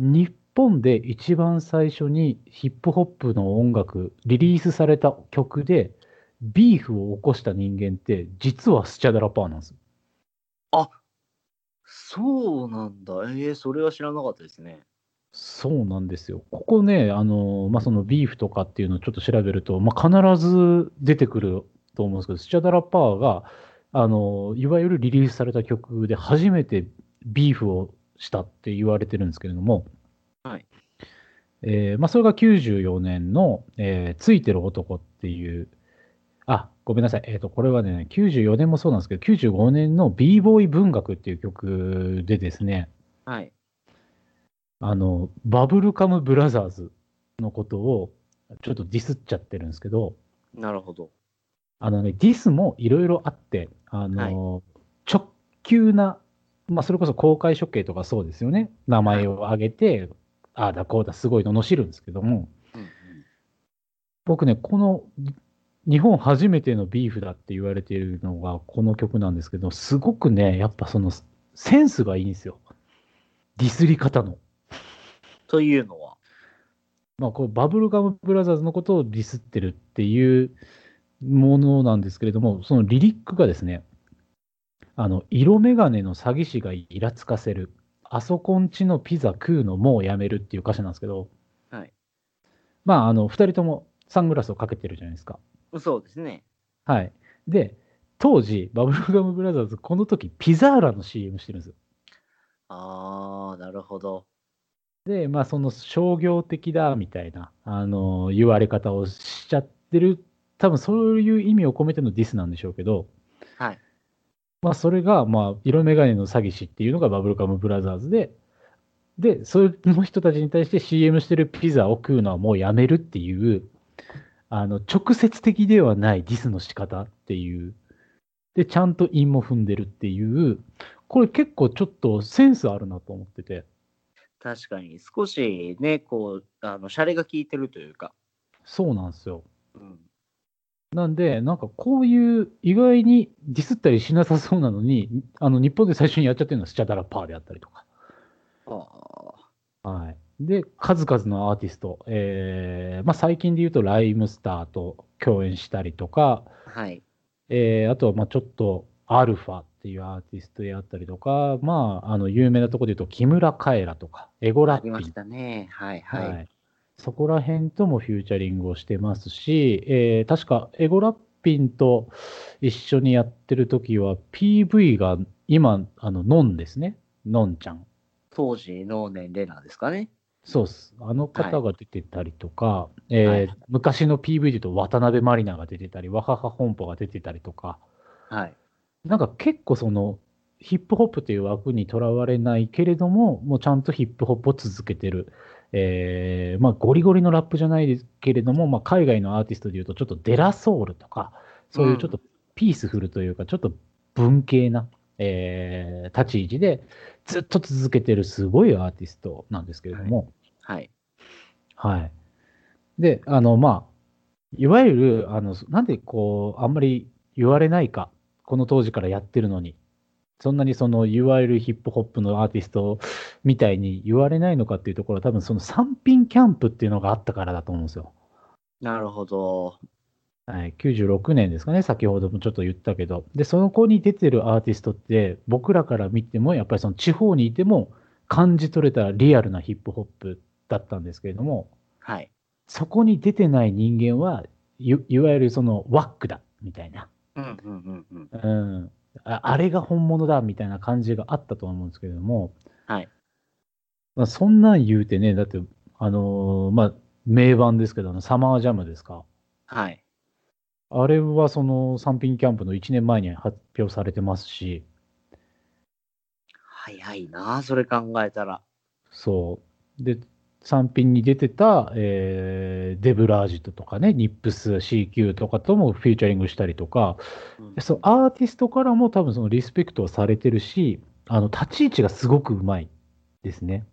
[SPEAKER 1] 日本で一番最初にヒップホップの音楽、リリースされた曲で、ビーフを起こした人間って、実はスチャダラパーなんですよ。
[SPEAKER 2] そうなんだえー、それは知らなかったですね
[SPEAKER 1] そうなんですよ。ここね、あの、まあ、そのビーフとかっていうのをちょっと調べると、まあ、必ず出てくると思うんですけど、スチャダラパーが、あの、いわゆるリリースされた曲で初めてビーフをしたって言われてるんですけれども、
[SPEAKER 2] はい。
[SPEAKER 1] えーまあ、それが94年の、えーついてる男っていう、あ、ごめんなさい。えっ、と、これはね、94年もそうなんですけど、95年の b ボーイ文学っていう曲でですね、
[SPEAKER 2] はい
[SPEAKER 1] あの、バブルカムブラザーズのことをちょっとディスっちゃってるんですけど、
[SPEAKER 2] なるほど
[SPEAKER 1] あのね、ディスもいろいろあって、あの、直球な、まあ、それこそ公開処刑とかそうですよね。名前を挙げて、ああだこうだ、すごい罵るんですけども、
[SPEAKER 2] うんうん
[SPEAKER 1] 僕ね、この、日本初めてのビーフだって言われているのがこの曲なんですけど、すごくね、やっぱそのセンスがいいんですよ。ディスり方の。
[SPEAKER 2] というのは
[SPEAKER 1] まあ、こうバブルガムブラザーズのことをディスってるっていうものなんですけれども、そのリリックがですね、あの色眼鏡の詐欺師がイラつかせる、あそこんちのピザ食うのもうやめるっていう歌詞なんですけど、
[SPEAKER 2] はい
[SPEAKER 1] まあ、あの2人ともサングラスをかけてるじゃないですか。
[SPEAKER 2] そうですね
[SPEAKER 1] はい、で、当時、バブルガムブラザーズ、この時ピザーラの CM してるんですよ
[SPEAKER 2] ああなるほど
[SPEAKER 1] で、まあ、その商業的だみたいな、あの言われ方をしちゃってる、多分そういう意味を込めてのディスなんでしょうけど、
[SPEAKER 2] はい
[SPEAKER 1] まあ、それが、まあ、色眼鏡の詐欺師っていうのがバブルカムブラザーズで、で、その人たちに対して CM してるピザを食うのはもうやめるっていう、あの直接的ではないディスの仕方っていう、で、ちゃんと韻も踏んでるっていう、これ結構ちょっとセンスあるなと思ってて。
[SPEAKER 2] 確かに少しねこうあのシャレが効いてるというか、
[SPEAKER 1] そうなんですよ。
[SPEAKER 2] うん、
[SPEAKER 1] なんで、なんかこういう意外にディスったりしなさそうなのに、あの日本で最初にやっちゃってるのはスチャダラパーであったりとか。
[SPEAKER 2] あ
[SPEAKER 1] はい、で、数々のアーティスト、えーまあ、最近で言うとライムスターと共演したりとか、
[SPEAKER 2] ーはい
[SPEAKER 1] えーあとはまあちょっとアルファっていうアーティストであったりとか、まあ、あの有名なところで言うと木村カエラとか、エゴラ
[SPEAKER 2] あ
[SPEAKER 1] ッピ
[SPEAKER 2] りま
[SPEAKER 1] ー
[SPEAKER 2] したねはいはい、
[SPEAKER 1] はい、そこら辺ともフューチャリングをしてますし、えー確かエゴラッピンと一緒にやってる時は PV が今あのノンですねノンちゃん
[SPEAKER 2] 当時の年齢なんですかね
[SPEAKER 1] そうっすあの方が出てたりとか、えー
[SPEAKER 2] はい
[SPEAKER 1] 昔の PV で言うと渡辺満里奈が出てたりわはは本舗が出てたりとか
[SPEAKER 2] はい
[SPEAKER 1] なんか結構そのヒップホップという枠にとらわれないけれども、もうちゃんとヒップホップを続けてる。えーまあゴリゴリのラップじゃないですけれども、まあ海外のアーティストでいうとちょっとデラソウルとか、そういうちょっとピースフルというか、ちょっと文系な、えー立ち位置でずっと続けてるすごいアーティストなんですけれども、
[SPEAKER 2] はい。
[SPEAKER 1] はい。で、あの、まあ、いわゆる、あの、なんでこう、あんまり言われないか、この当時からやってるのに、そんなにその、いわゆるヒップホップのアーティストみたいに言われないのかっていうところは、多分その三品キャンプっていうのがあったからだと思うんですよ。
[SPEAKER 2] なるほど。
[SPEAKER 1] はい、96年ですかね、先ほどもちょっと言ったけど、で、その子に出てるアーティストって、僕らから見ても、やっぱりその地方にいても感じ取れたリアルなヒップホップだったんですけれども、
[SPEAKER 2] はい。
[SPEAKER 1] そこに出てない人間はい、いわゆるそのワックだみたいな、
[SPEAKER 2] うんうんうんうん。
[SPEAKER 1] うん、ああれが本物だみたいな感じがあったとは思うんですけれども、
[SPEAKER 2] はい
[SPEAKER 1] まあ、そんなん言うてね、だって、あのーまあ、名盤ですけど、あのサマージャムですか。
[SPEAKER 2] はい。
[SPEAKER 1] あれはその三品キャンプの1年前に発表されてますし、
[SPEAKER 2] 早いな、それ考えたら。
[SPEAKER 1] そう。で、三品に出てた、えーデブラージュとかね、ニップス CQ とかともフィーチャリングしたりとか、
[SPEAKER 2] うん
[SPEAKER 1] でそのアーティストからも多分そのリスペクトはされてるし、あの立ち位置がすごくうまいですね。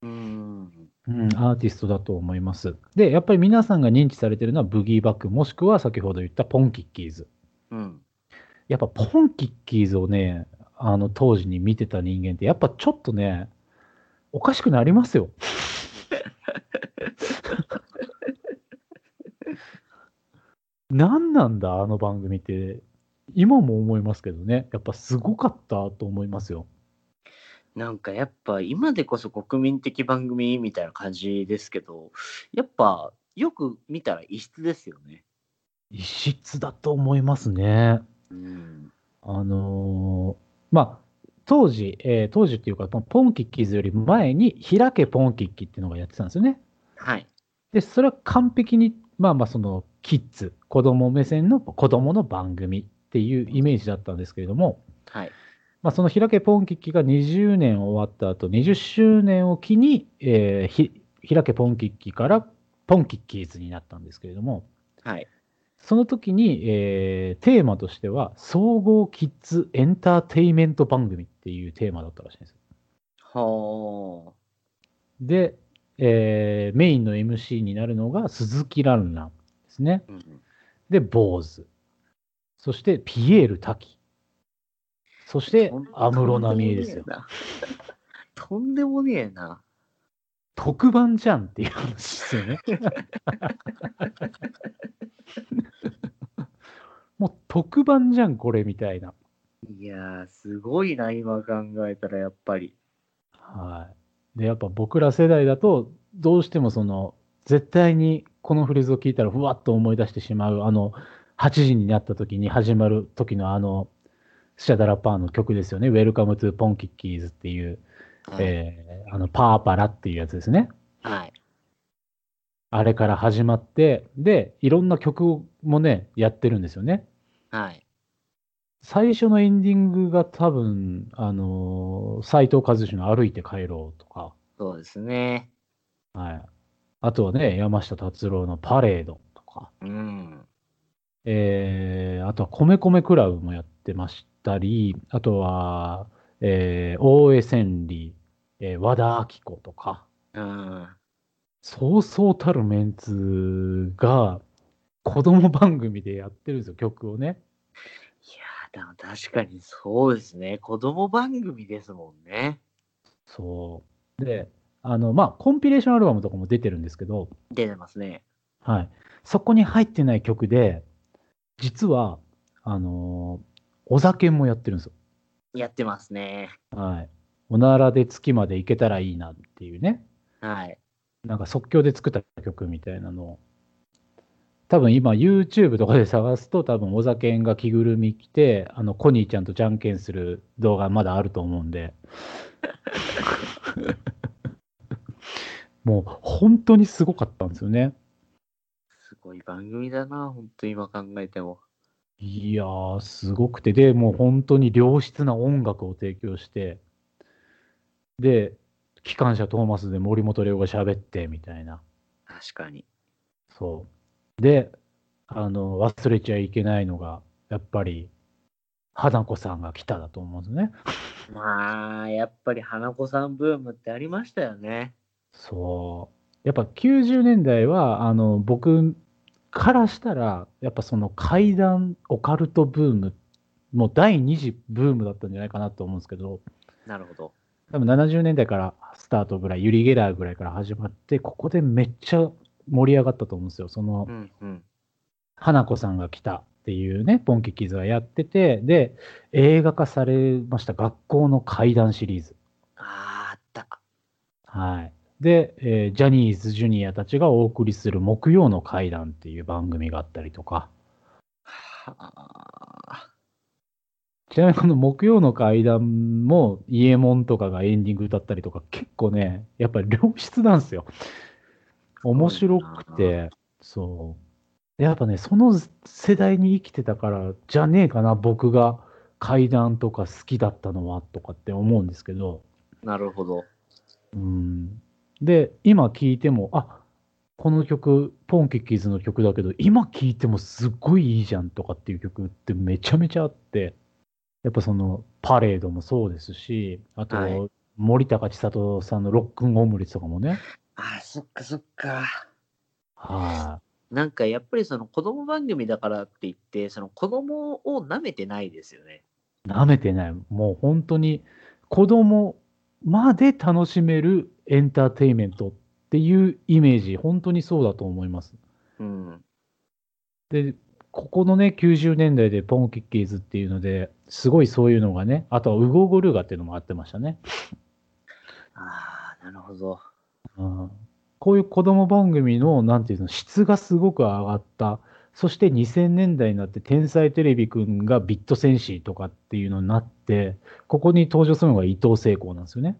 [SPEAKER 2] うん。
[SPEAKER 1] うん、アーティストだと思います。で、やっぱり皆さんが認知されてるのはブギーバック、もしくは先ほど言ったポンキッキーズ。
[SPEAKER 2] うん。
[SPEAKER 1] やっぱポンキッキーズをね、あの当時に見てた人間って、やっぱちょっとね、おかしくなりますよ。何なんだ、あの番組って。今も思いますけどね、やっぱすごかったと思いますよ。
[SPEAKER 2] なんかやっぱ今でこそ国民的番組みたいな感じですけど、やっぱよく見たら異質ですよね。
[SPEAKER 1] 異質だと思いますね。
[SPEAKER 2] うん。
[SPEAKER 1] あのーまあ、当時、えー当時っていうか、まあポンキッキーズより前に、開けポンキッキっていうのがやってたんですよね。
[SPEAKER 2] はい。
[SPEAKER 1] で、それは完璧に、まあまあ、その、キッズ、子供目線の子供の番組っていうイメージだったんですけれども、
[SPEAKER 2] はい。
[SPEAKER 1] まあ、その開けポンキッキが20年終わった後、20周年を機に、えーひ開けポンキッキからポンキッキーズになったんですけれども、
[SPEAKER 2] はい。
[SPEAKER 1] その時に、えーテーマとしては、総合キッズエンターテイメント番組っていうテーマだったらしいんです。
[SPEAKER 2] は
[SPEAKER 1] で、えーメインの MC になるのが鈴木ランランですね。
[SPEAKER 2] あ。うん。
[SPEAKER 1] で、坊主。そして、ピエール滝。そして、安室奈美恵ですよ。。
[SPEAKER 2] とんでもねえな。
[SPEAKER 1] 特番じゃんっていう話ですよね。 もう特番じゃん、これみたいな。
[SPEAKER 2] いやー、すごいな、今考えたら、やっぱり。
[SPEAKER 1] はい。で、やっぱ僕ら世代だと、どうしてもその、絶対にこのフレーズを聞いたら、ふわっと思い出してしまう、あの、8時になった時に始まる時のあの、スチャダラパーの曲ですよね。Welcome to Ponky Keys っていう。えーあのパーパラっていうやつですね。
[SPEAKER 2] はい。
[SPEAKER 1] あれから始まって、で、いろんな曲もね、やってるんですよね。
[SPEAKER 2] はい。
[SPEAKER 1] 最初のエンディングが多分、あの斎藤和義の歩いて帰ろうとか、
[SPEAKER 2] そうですね。
[SPEAKER 1] はい。あとはね、山下達郎のパレードとか、
[SPEAKER 2] うん。
[SPEAKER 1] えーあとは米米クラブもやってましたり、あとは、えー大江千里、えー和田アキ子とか、
[SPEAKER 2] うん。
[SPEAKER 1] そうそうたるメンツが、子供番組でやってるんですよ、曲をね。
[SPEAKER 2] いやー、でも確かにそうですね。子供番組ですもんね。
[SPEAKER 1] そう。で、あの、まあ、コンピレーションアルバムとかも出てるんですけど、
[SPEAKER 2] 出てますね。
[SPEAKER 1] はい。そこに入ってない曲で、実は、あのーお酒もやってるんですよ。
[SPEAKER 2] やってますね。
[SPEAKER 1] はい。おならで月まで行けたらいいなっていうね。
[SPEAKER 2] はい。
[SPEAKER 1] なんか即興で作った曲みたいなのを。多分今 YouTube とかで探すと多分お酒が着ぐるみ着てあのコニーちゃんとじゃんけんする動画まだあると思うんで もう本当にすごかったんですよね
[SPEAKER 2] すごい番組だな、本当今考えても。
[SPEAKER 1] いやーすごくてでもう本当に良質な音楽を提供してで機関車トーマスで森本レオが喋ってみたいな
[SPEAKER 2] 確かに。
[SPEAKER 1] そう。で、あの、忘れちゃいけないのが、やっぱり、花子さんが来ただと思うんですね。
[SPEAKER 2] まあ、やっぱり花子さんブームってありましたよね。
[SPEAKER 1] そう。やっぱ90年代は、あの、僕からしたら、やっぱその怪談オカルトブーム、もう第二次ブームだったんじゃないかなと思うんですけど、
[SPEAKER 2] なるほど。
[SPEAKER 1] 多分70年代からスタートぐらい、ユリ・ゲラーぐらいから始まって、ここでめっちゃ盛り上がったと思うんですよ。その
[SPEAKER 2] う、んうん。
[SPEAKER 1] 花子さんが来たっていうね、ポンキッキーズがやってて、で、映画化されました、学校の怪談シリーズ。
[SPEAKER 2] あーあった。
[SPEAKER 1] はい。で、えージャニーズジュニアたちがお送りする木曜の怪談っていう番組があったりとか、
[SPEAKER 2] は
[SPEAKER 1] ちなみにこの木曜の怪談も、イエモンとかがエンディング歌ったりとか、結構ね、やっぱり良質なんですよ。面白くて、そう。でやっぱね、その世代に生きてたからじゃねえかな、僕が怪談とか好きだったのはとかって思うんですけど、
[SPEAKER 2] あ。なるほど。
[SPEAKER 1] うんで、今聴いても、あこの曲、ポンキッキーズの曲だけど、今聴いてもすっごいいいじゃんとかっていう曲ってめちゃめちゃあって、やっぱそのパレードもそうですし、あと、
[SPEAKER 2] はい
[SPEAKER 1] 森高千里さんのロックンオムレツとかもね、
[SPEAKER 2] あーそっかそっか。
[SPEAKER 1] は
[SPEAKER 2] なんかやっぱりその子供番組だからって言って、その子供を舐めてないですよね。
[SPEAKER 1] い、舐めてない、もう本当に子供まで楽しめるエンターテインメントっていうイメージ、本当にそうだと思います。
[SPEAKER 2] うん。
[SPEAKER 1] で、ここのね、90年代でポンキッキーズっていうので、すごいそういうのがね、あとはウゴゴルーガっていうのもあってましたね。
[SPEAKER 2] ああ、なるほど。
[SPEAKER 1] うん、こういう子供番組の、なんていうの、質がすごく上がった。そして2000年代になって、天才テレビくんがビット戦士とかっていうのになって、ここに登場するのが伊藤聖光なんですよね。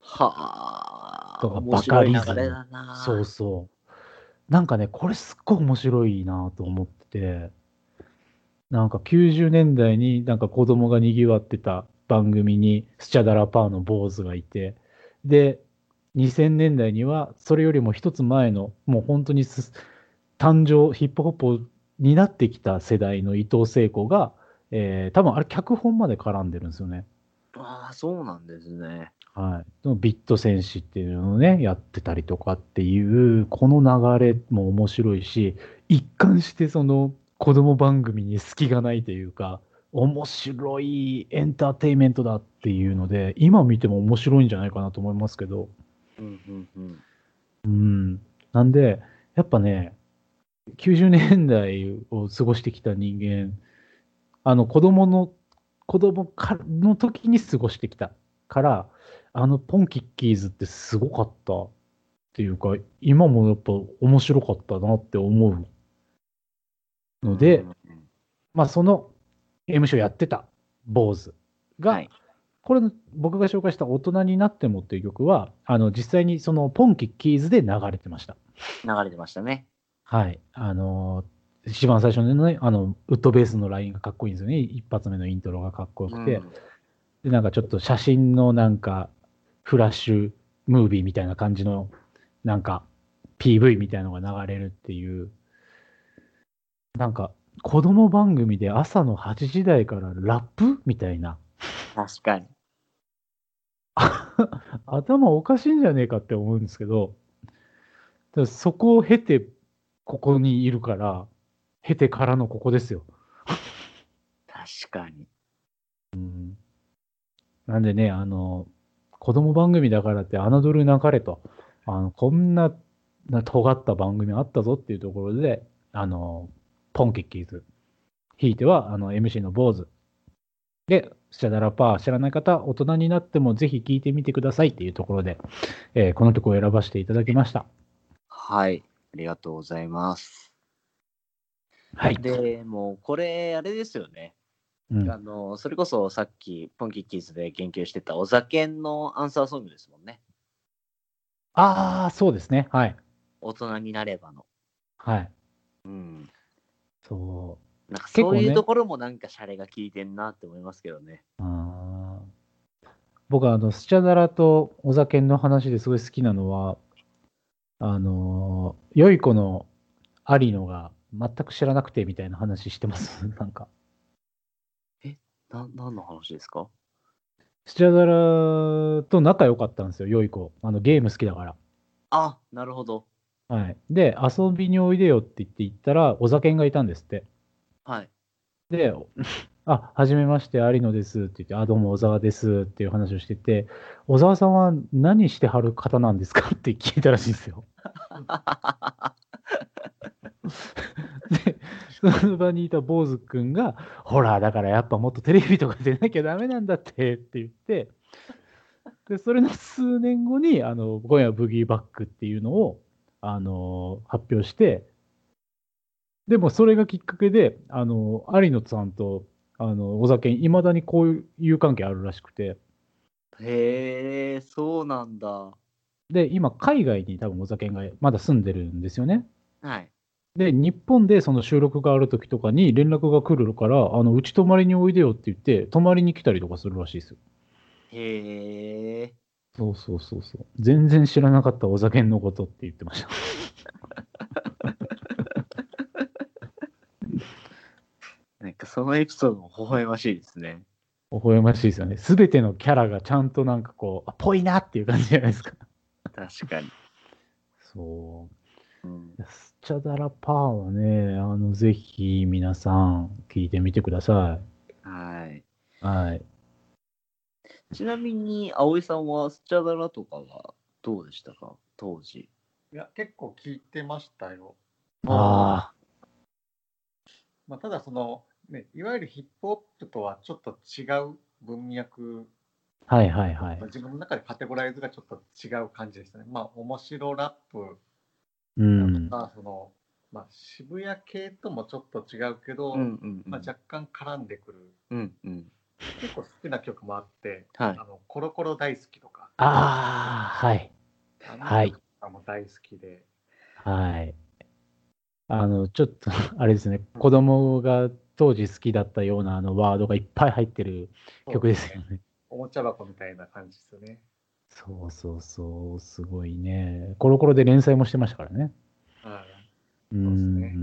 [SPEAKER 2] はあ。
[SPEAKER 1] とか
[SPEAKER 2] 面白い
[SPEAKER 1] バカリズム
[SPEAKER 2] 流れだな。
[SPEAKER 1] そうそう。なんかね、これすっごい面白いなと思ってて、なんか90年代になんか子供が賑わってた番組にスチャダラパーの坊主がいて、で、2000年代にはそれよりも一つ前の、もう本当にす誕生、ヒップホップを担ってきた世代の伊藤聖子が、えー多分あれ脚本まで絡んでるんですよね。
[SPEAKER 2] ああ、そうなんですね。
[SPEAKER 1] はい、のビット戦士っていうのをねやってたりとかっていうこの流れも面白いし一貫してその子供番組に隙がないというか面白いエンターテインメントだっていうので今見ても面白いんじゃないかなと思いますけど
[SPEAKER 2] うんうんうん。
[SPEAKER 1] うんなんでやっぱね90年代を過ごしてきた人間あの子供の子供かの時に過ごしてきたからあのポンキッキーズってすごかったっていうか今もやっぱ面白かったなって思うので、
[SPEAKER 2] うん
[SPEAKER 1] まあその MC をやってた坊主が、
[SPEAKER 2] はい
[SPEAKER 1] これの僕が紹介した「大人になっても」っていう曲はあの実際にそのポンキッキーズで流れてました。
[SPEAKER 2] 流れてましたね。
[SPEAKER 1] はい。あのー一番最初のね、あの、ウッドベースのラインがかっこいいんですよね。一発目のイントロがかっこよくて。
[SPEAKER 2] うん
[SPEAKER 1] で、なんかちょっと写真のなんか、フラッシュムービーみたいな感じの、なんか、PV みたいのが流れるっていう。なんか、子供番組で朝の8時台からラップみたいな。
[SPEAKER 2] 確かに。
[SPEAKER 1] 頭おかしいんじゃねえかって思うんですけど、ただそこを経て、ここにいるから、経てからのここですよ。
[SPEAKER 2] 確かに。
[SPEAKER 1] なんでね、あの、子供番組だからって侮るなかれと、あのこんなな尖った番組あったぞっていうところで、あの、ポンキッキーズ、ひいてはあの MC の坊主。で、スチャダラパー、知らない方、大人になってもぜひ聞いてみてくださいっていうところで、えーこの曲を選ばせていただきました。
[SPEAKER 2] はい。ありがとうございます。
[SPEAKER 1] はい。
[SPEAKER 2] でもうこれあれですよね、
[SPEAKER 1] うん
[SPEAKER 2] あのそれこそさっきポンキッキーズで言及してたお酒のアンサーソングですもんね
[SPEAKER 1] ああ、そうですね。はい。
[SPEAKER 2] 大人になればの、
[SPEAKER 1] はい。
[SPEAKER 2] うん、
[SPEAKER 1] そう。
[SPEAKER 2] なんか
[SPEAKER 1] 結構
[SPEAKER 2] そ
[SPEAKER 1] ね
[SPEAKER 2] ういうところもなんかシャレが効いてんなって思いますけどね
[SPEAKER 1] あー僕はあのスチャダラとお酒の話ですごい好きなのはあのー良い子の有野が全く知らなくてみたいな話してます なんか
[SPEAKER 2] な何の話ですか
[SPEAKER 1] スチャダラと仲良かったんですよ、良い子。あのゲーム好きだから。
[SPEAKER 2] あ、なるほど。
[SPEAKER 1] はい、で、遊びにおいでよって言って行ったら、お酒がいたんですって。
[SPEAKER 2] はい。
[SPEAKER 1] で、あ、はじめまして、有野ですって言って、あ、どうも小沢ですっていう話をしてて、小沢さんは何してはる方なんですかって聞いたらしいんですよ。で、その場にいた坊主くんが、ほら、だからやっぱもっとテレビとか出なきゃダメなんだってって言って、で、それの数年後に、あの、今夜ブギーバックっていうのを、あの、発表して、でもそれがきっかけで、あの、有野さんと、あの、小酒いまだにこういう友関係あるらしくて、
[SPEAKER 2] へえ、そうなんだ。は
[SPEAKER 1] で、今、海外に多分小酒がまだ住んでるんですよね。
[SPEAKER 2] い。
[SPEAKER 1] で、日本でその収録がある時とかに連絡が来るから、あの、うち泊まりにおいでよって言って、泊まりに来たりとかするらしいですよ。
[SPEAKER 2] へえ。
[SPEAKER 1] そうそうそうそう。全然知らなかった小酒のことって言ってました。
[SPEAKER 2] なんかそのエピソードも微笑ましいですね。
[SPEAKER 1] 微笑ましいですよね。すべてのキャラがちゃんとなんかこう、あぽいなっていう感じじゃないですか。
[SPEAKER 2] 確かに。
[SPEAKER 1] そう。
[SPEAKER 2] うん、
[SPEAKER 1] スチャダラパーはね、あの、ぜひ皆さん聞いてみてくださ
[SPEAKER 2] はい。
[SPEAKER 1] い。はい。
[SPEAKER 2] ちなみに、葵さんはスチャダラとかはどうでしたか当時。
[SPEAKER 3] いや、結構聞いてましたよ。
[SPEAKER 1] あ
[SPEAKER 3] まあ、ただその、ね、いわゆるヒップホップとはちょっと違う文脈、
[SPEAKER 1] あ、はいはいはい
[SPEAKER 3] まあ。自分の中でカテゴライズがちょっと違う感じでしたね。まあ、面白ラップ
[SPEAKER 1] う
[SPEAKER 3] だ
[SPEAKER 1] ん
[SPEAKER 3] と。か、そのまあ、渋谷系ともちょっと違うけど、
[SPEAKER 2] うん
[SPEAKER 3] まあ、若干絡んでくる、
[SPEAKER 2] うんうん。
[SPEAKER 3] 結構好きな曲もあって、
[SPEAKER 2] はい
[SPEAKER 3] あ。のコロコロ大好きとか、
[SPEAKER 1] ああ、はい。
[SPEAKER 3] あ
[SPEAKER 1] は
[SPEAKER 3] の
[SPEAKER 1] い
[SPEAKER 3] 曲とかも大好きで、
[SPEAKER 1] はい。あの、ちょっと、 あれですね、子供が当時好きだったようなあのワードがいっぱい入ってる曲ですよね。
[SPEAKER 3] おもちゃ箱みたいな感じですよね。
[SPEAKER 1] そうそうそう、すごいね。コロコロで連載もしてましたからね。
[SPEAKER 3] はい
[SPEAKER 1] うん
[SPEAKER 3] そうですね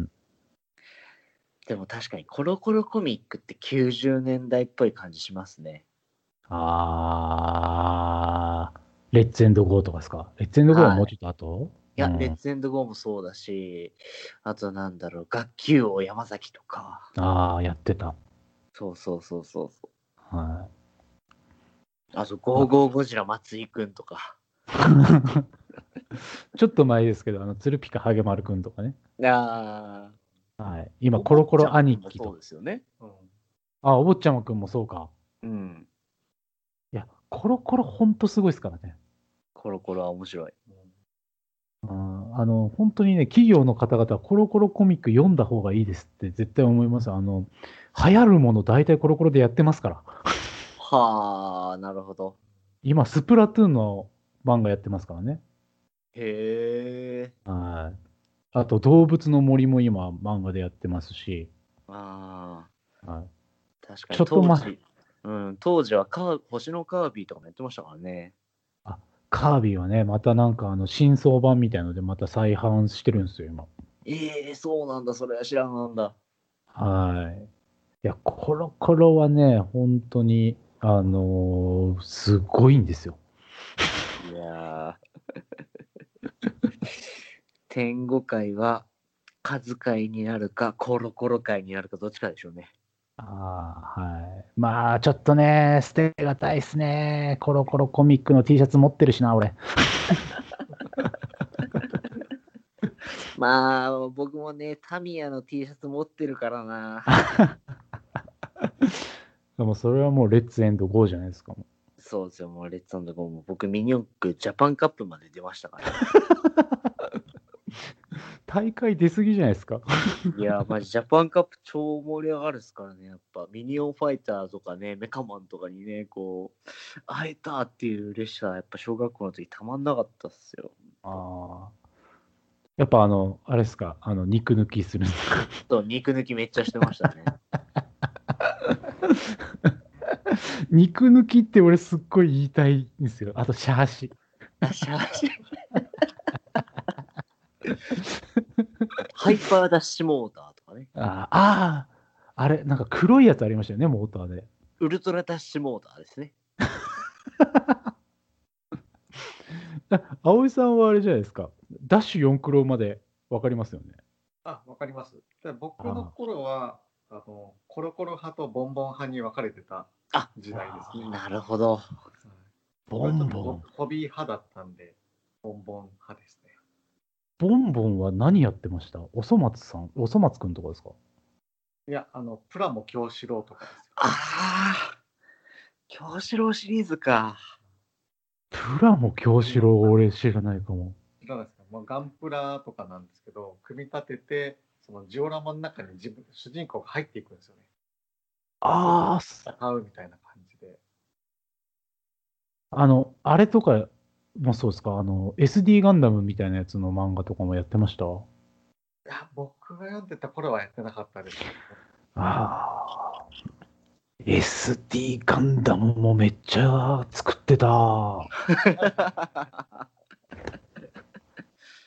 [SPEAKER 2] でも確かにコロコロコミックって90年代っぽい感じしますね。
[SPEAKER 1] あー、レッツエンドゴーとかですかレッツエンドゴーはもうちょっと後、
[SPEAKER 2] いや、
[SPEAKER 1] うん
[SPEAKER 2] レッツエンドゴーもそうだし、あとなんだろう、学級王山崎とか。
[SPEAKER 1] ああ、やってた。
[SPEAKER 2] そうそうそうそうそう。
[SPEAKER 1] は
[SPEAKER 2] あと、ゴーゴーゴジラ松井くんとか。
[SPEAKER 1] い。ちょっと前ですけど、あの、鶴ピカハゲマルくんとかね。
[SPEAKER 2] ああ。
[SPEAKER 1] はい。今、コロコロ兄貴
[SPEAKER 2] そう
[SPEAKER 1] と。
[SPEAKER 2] ですよね。
[SPEAKER 3] うん
[SPEAKER 1] あ、お坊ちゃまくんもそうか。
[SPEAKER 2] うん。
[SPEAKER 1] いや、コロコロほんとすごいですからね。
[SPEAKER 2] コロコロは面白い。
[SPEAKER 3] うん
[SPEAKER 1] うん、あの、本当にね、企業の方々はコロコロコミック読んだ方がいいですって絶対思います。あの、流行るもの大体コロコロでやってますから。
[SPEAKER 2] はあ、なるほど。
[SPEAKER 1] 今、スプラトゥーンの漫画やってますからね。
[SPEAKER 2] へえ。
[SPEAKER 1] はい。あと、動物の森も今、漫画でやってますし、
[SPEAKER 2] あ
[SPEAKER 1] は
[SPEAKER 2] あ、確かに
[SPEAKER 1] ちょっと
[SPEAKER 2] 当
[SPEAKER 1] 前
[SPEAKER 2] 時、うん、当時はカー星のカービィとかもやってましたからね。
[SPEAKER 1] い、カービィはね、またなんか、あの、新装版みたいので、また再販してるんですよ、今。
[SPEAKER 2] ええそうなんだ、それは知らなんだ。
[SPEAKER 1] はい。いや、コロコロはね、本当に、あのーすごいんですよ。
[SPEAKER 2] いやー天狗界は、数界になるか、コロコロ界になるか、どっちかでしょうね。
[SPEAKER 1] ああ、はい。まあ、ちょっとね、捨てがたいっすね。コロコロコミックの T シャツ持ってるしな、俺。
[SPEAKER 2] まあ、僕もね、タミヤの T シャツ持ってるから な。
[SPEAKER 1] でも、それはもう、レッツエンドゴーじゃないですか。も
[SPEAKER 2] そうですよ、もうレッツゴーも僕、ミニ四駆ジャパンカップまで出ましたから。
[SPEAKER 1] う大会出すぎじゃないですか。
[SPEAKER 2] いやー、まジジャパンカップ超盛り上がるですからね、やっぱミニオンファイターとかね、メカマンとかにね、こう、会えたっていう嬉しさは、やっぱ小学校の時たまんなかったっすよ。
[SPEAKER 1] ああ。やっぱあの、あれですか、あの、肉抜きするん ですか。
[SPEAKER 2] ちょっと肉抜きめっちゃしてましたね。
[SPEAKER 1] 肉抜きって俺すっごい言いたいんですよ。あと、シャーシ。
[SPEAKER 2] あしゃし ハイパーダッシュモーターとかね。
[SPEAKER 1] あーあー、あれ、なんか黒いやつありましたよね、モーターで。
[SPEAKER 2] ウルトラダッシュモーターですね。
[SPEAKER 1] 葵さんはあれじゃないですか。ダッシュ4クロまで分かりますよね。
[SPEAKER 3] あ、わかります。で僕の頃はあのコロコロ派とボンボン派に分かれてた
[SPEAKER 2] あ
[SPEAKER 3] 時代ですね。
[SPEAKER 2] なるほど。
[SPEAKER 1] ボンボン。
[SPEAKER 3] 僕ホビー派だったんで、ボンボン派ですね。
[SPEAKER 1] ボンボンは何やってましたおそ松さん、おそ松くんとかですか
[SPEAKER 3] いや、あの、プラモ京志郎とかですよ。
[SPEAKER 2] ああ、京志郎シリーズか。
[SPEAKER 1] プラも京志郎、俺知らないかも。
[SPEAKER 3] 知らないですか、まあ、ガンプラとかなんですけど、組み立てて、そのジオラマの中に自分、主人公が入っていくんですよね。
[SPEAKER 1] ああ、
[SPEAKER 3] 戦うみたいな感じで。
[SPEAKER 1] あの、あれとかもそうですかあの、SD ガンダムみたいなやつの漫画とかもやってました
[SPEAKER 3] いや、僕が読んでた頃はやってなかったですけど。
[SPEAKER 1] ああ。SD ガンダムもめっちゃ作って た。